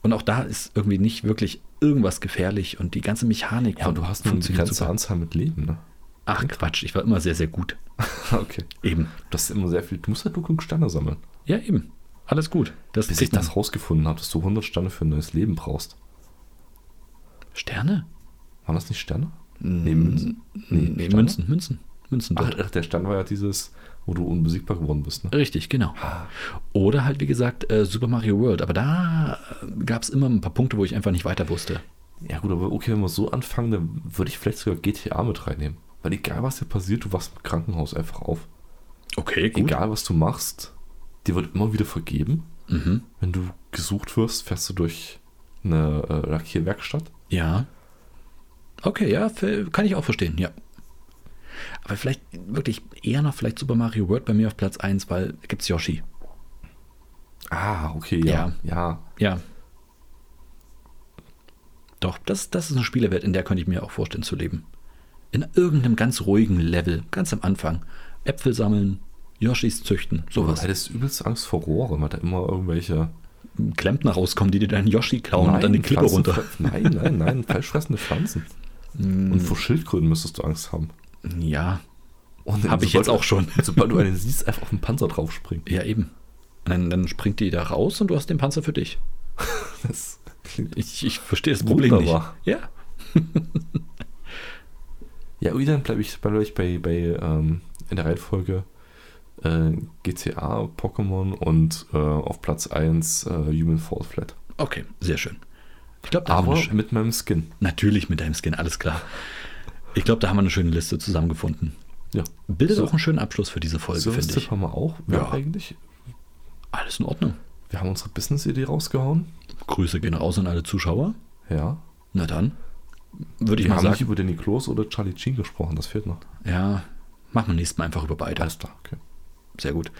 Und auch da ist irgendwie nicht wirklich irgendwas gefährlich und die ganze Mechanik Ja, und du hast nur eine funktioniert begrenzte super. Anzahl mit Leben, ne? Ach Quatsch, ich war immer sehr, sehr gut. okay. Eben. Das ist immer sehr viel. Du musst halt nur genug Sterne sammeln. Ja, eben. Alles gut. Das Bis ich kriegt man. das rausgefunden habe, dass du 100 Sterne für ein neues Leben brauchst. Sterne? Waren das nicht Sterne? Nee, Münzen. Nee, Sterne? Münzen, Münzen. Münzen Ach, dort. ach, der Stern war ja dieses, wo du unbesiegbar geworden bist, ne? Richtig, genau. Oder halt, wie gesagt, äh, Super Mario World. Aber da gab es immer ein paar Punkte, wo ich einfach nicht weiter wusste. Ja, gut, aber okay, wenn wir so anfangen, dann würde ich vielleicht sogar GTA mit reinnehmen. Weil egal was dir passiert, du wachst im Krankenhaus einfach auf. Okay, gut. Egal was du machst, dir wird immer wieder vergeben. Mhm. Wenn du gesucht wirst, fährst du durch eine äh, Lackierwerkstatt. Ja. Okay, ja, ver- kann ich auch verstehen, ja. Aber vielleicht wirklich eher nach vielleicht Super Mario World bei mir auf Platz 1, weil gibt's Yoshi. Ah, okay, ja. Ja. Ja. Doch, das, das ist eine Spielewelt, in der könnte ich mir auch vorstellen zu leben. In irgendeinem ganz ruhigen Level, ganz am Anfang. Äpfel sammeln, Yoshis züchten, Du sowas. hättest übelst Angst vor Rohren, weil da immer irgendwelche. Klempner rauskommen, die dir deinen Yoshi klauen und dann die Klippe Pflanzen- runter. Nein, nein, nein, falschfressende Pflanzen. Und vor Schildkröten müsstest du Angst haben. Ja, Und Hab ich sobald- jetzt auch schon. Sobald du einen siehst, einfach auf den Panzer draufspringen. ja eben. Und Dann, dann springt die da raus und du hast den Panzer für dich. Das klingt- Ich, ich verstehe das Problem Problem nicht. Ja. Ja, irgendwie dann bleibe ich, bleib ich bei, bei ähm, in der Reihenfolge äh, GTA, Pokémon und äh, auf Platz 1 äh, Human Fall Flat. Okay, sehr schön. Ich glaube, da haben Aber wir eine schöne, mit meinem Skin. natürlich mit deinem Skin, alles klar. Ich glaube, da haben wir eine schöne Liste zusammengefunden. Ja. Bildet So. auch einen schönen Abschluss für diese Folge, finde Service-Tipp ich. haben wir auch. Wir Ja. haben eigentlich. Alles in Ordnung. Wir haben unsere Business-Idee rausgehauen. Grüße gehen raus an alle Zuschauer. Ja. Na dann, würde ich Wir haben mal nicht sagen, über Danny Klos oder Charlie Chin gesprochen, das fehlt noch. ja, machen wir nächstes Mal einfach über beide. Alles klar, okay. Sehr gut.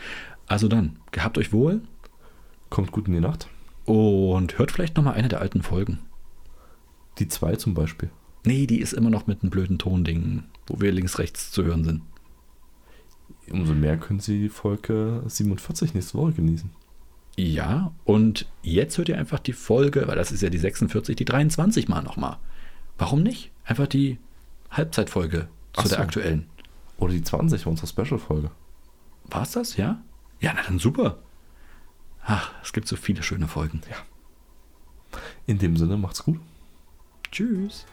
Also dann, gehabt euch wohl Kommt gut in die Nacht. und hört vielleicht nochmal eine der alten Folgen. Die 2 zum Beispiel. Nee, die ist immer noch mit einem blöden Tonding, wo wir links, rechts zu hören sind. Umso mehr können Sie die Folge 47 nächste Woche genießen. Ja, und jetzt hört ihr einfach die Folge, weil das ist ja die 46, die 23 mal nochmal. Warum nicht? Einfach die Halbzeitfolge zu Ach der so. aktuellen. Oder die 20 war unsere Special-Folge. War's das, ja? Ja, na dann super. Ach, es gibt so viele schöne Folgen. In dem Sinne, macht's gut. Tschüss.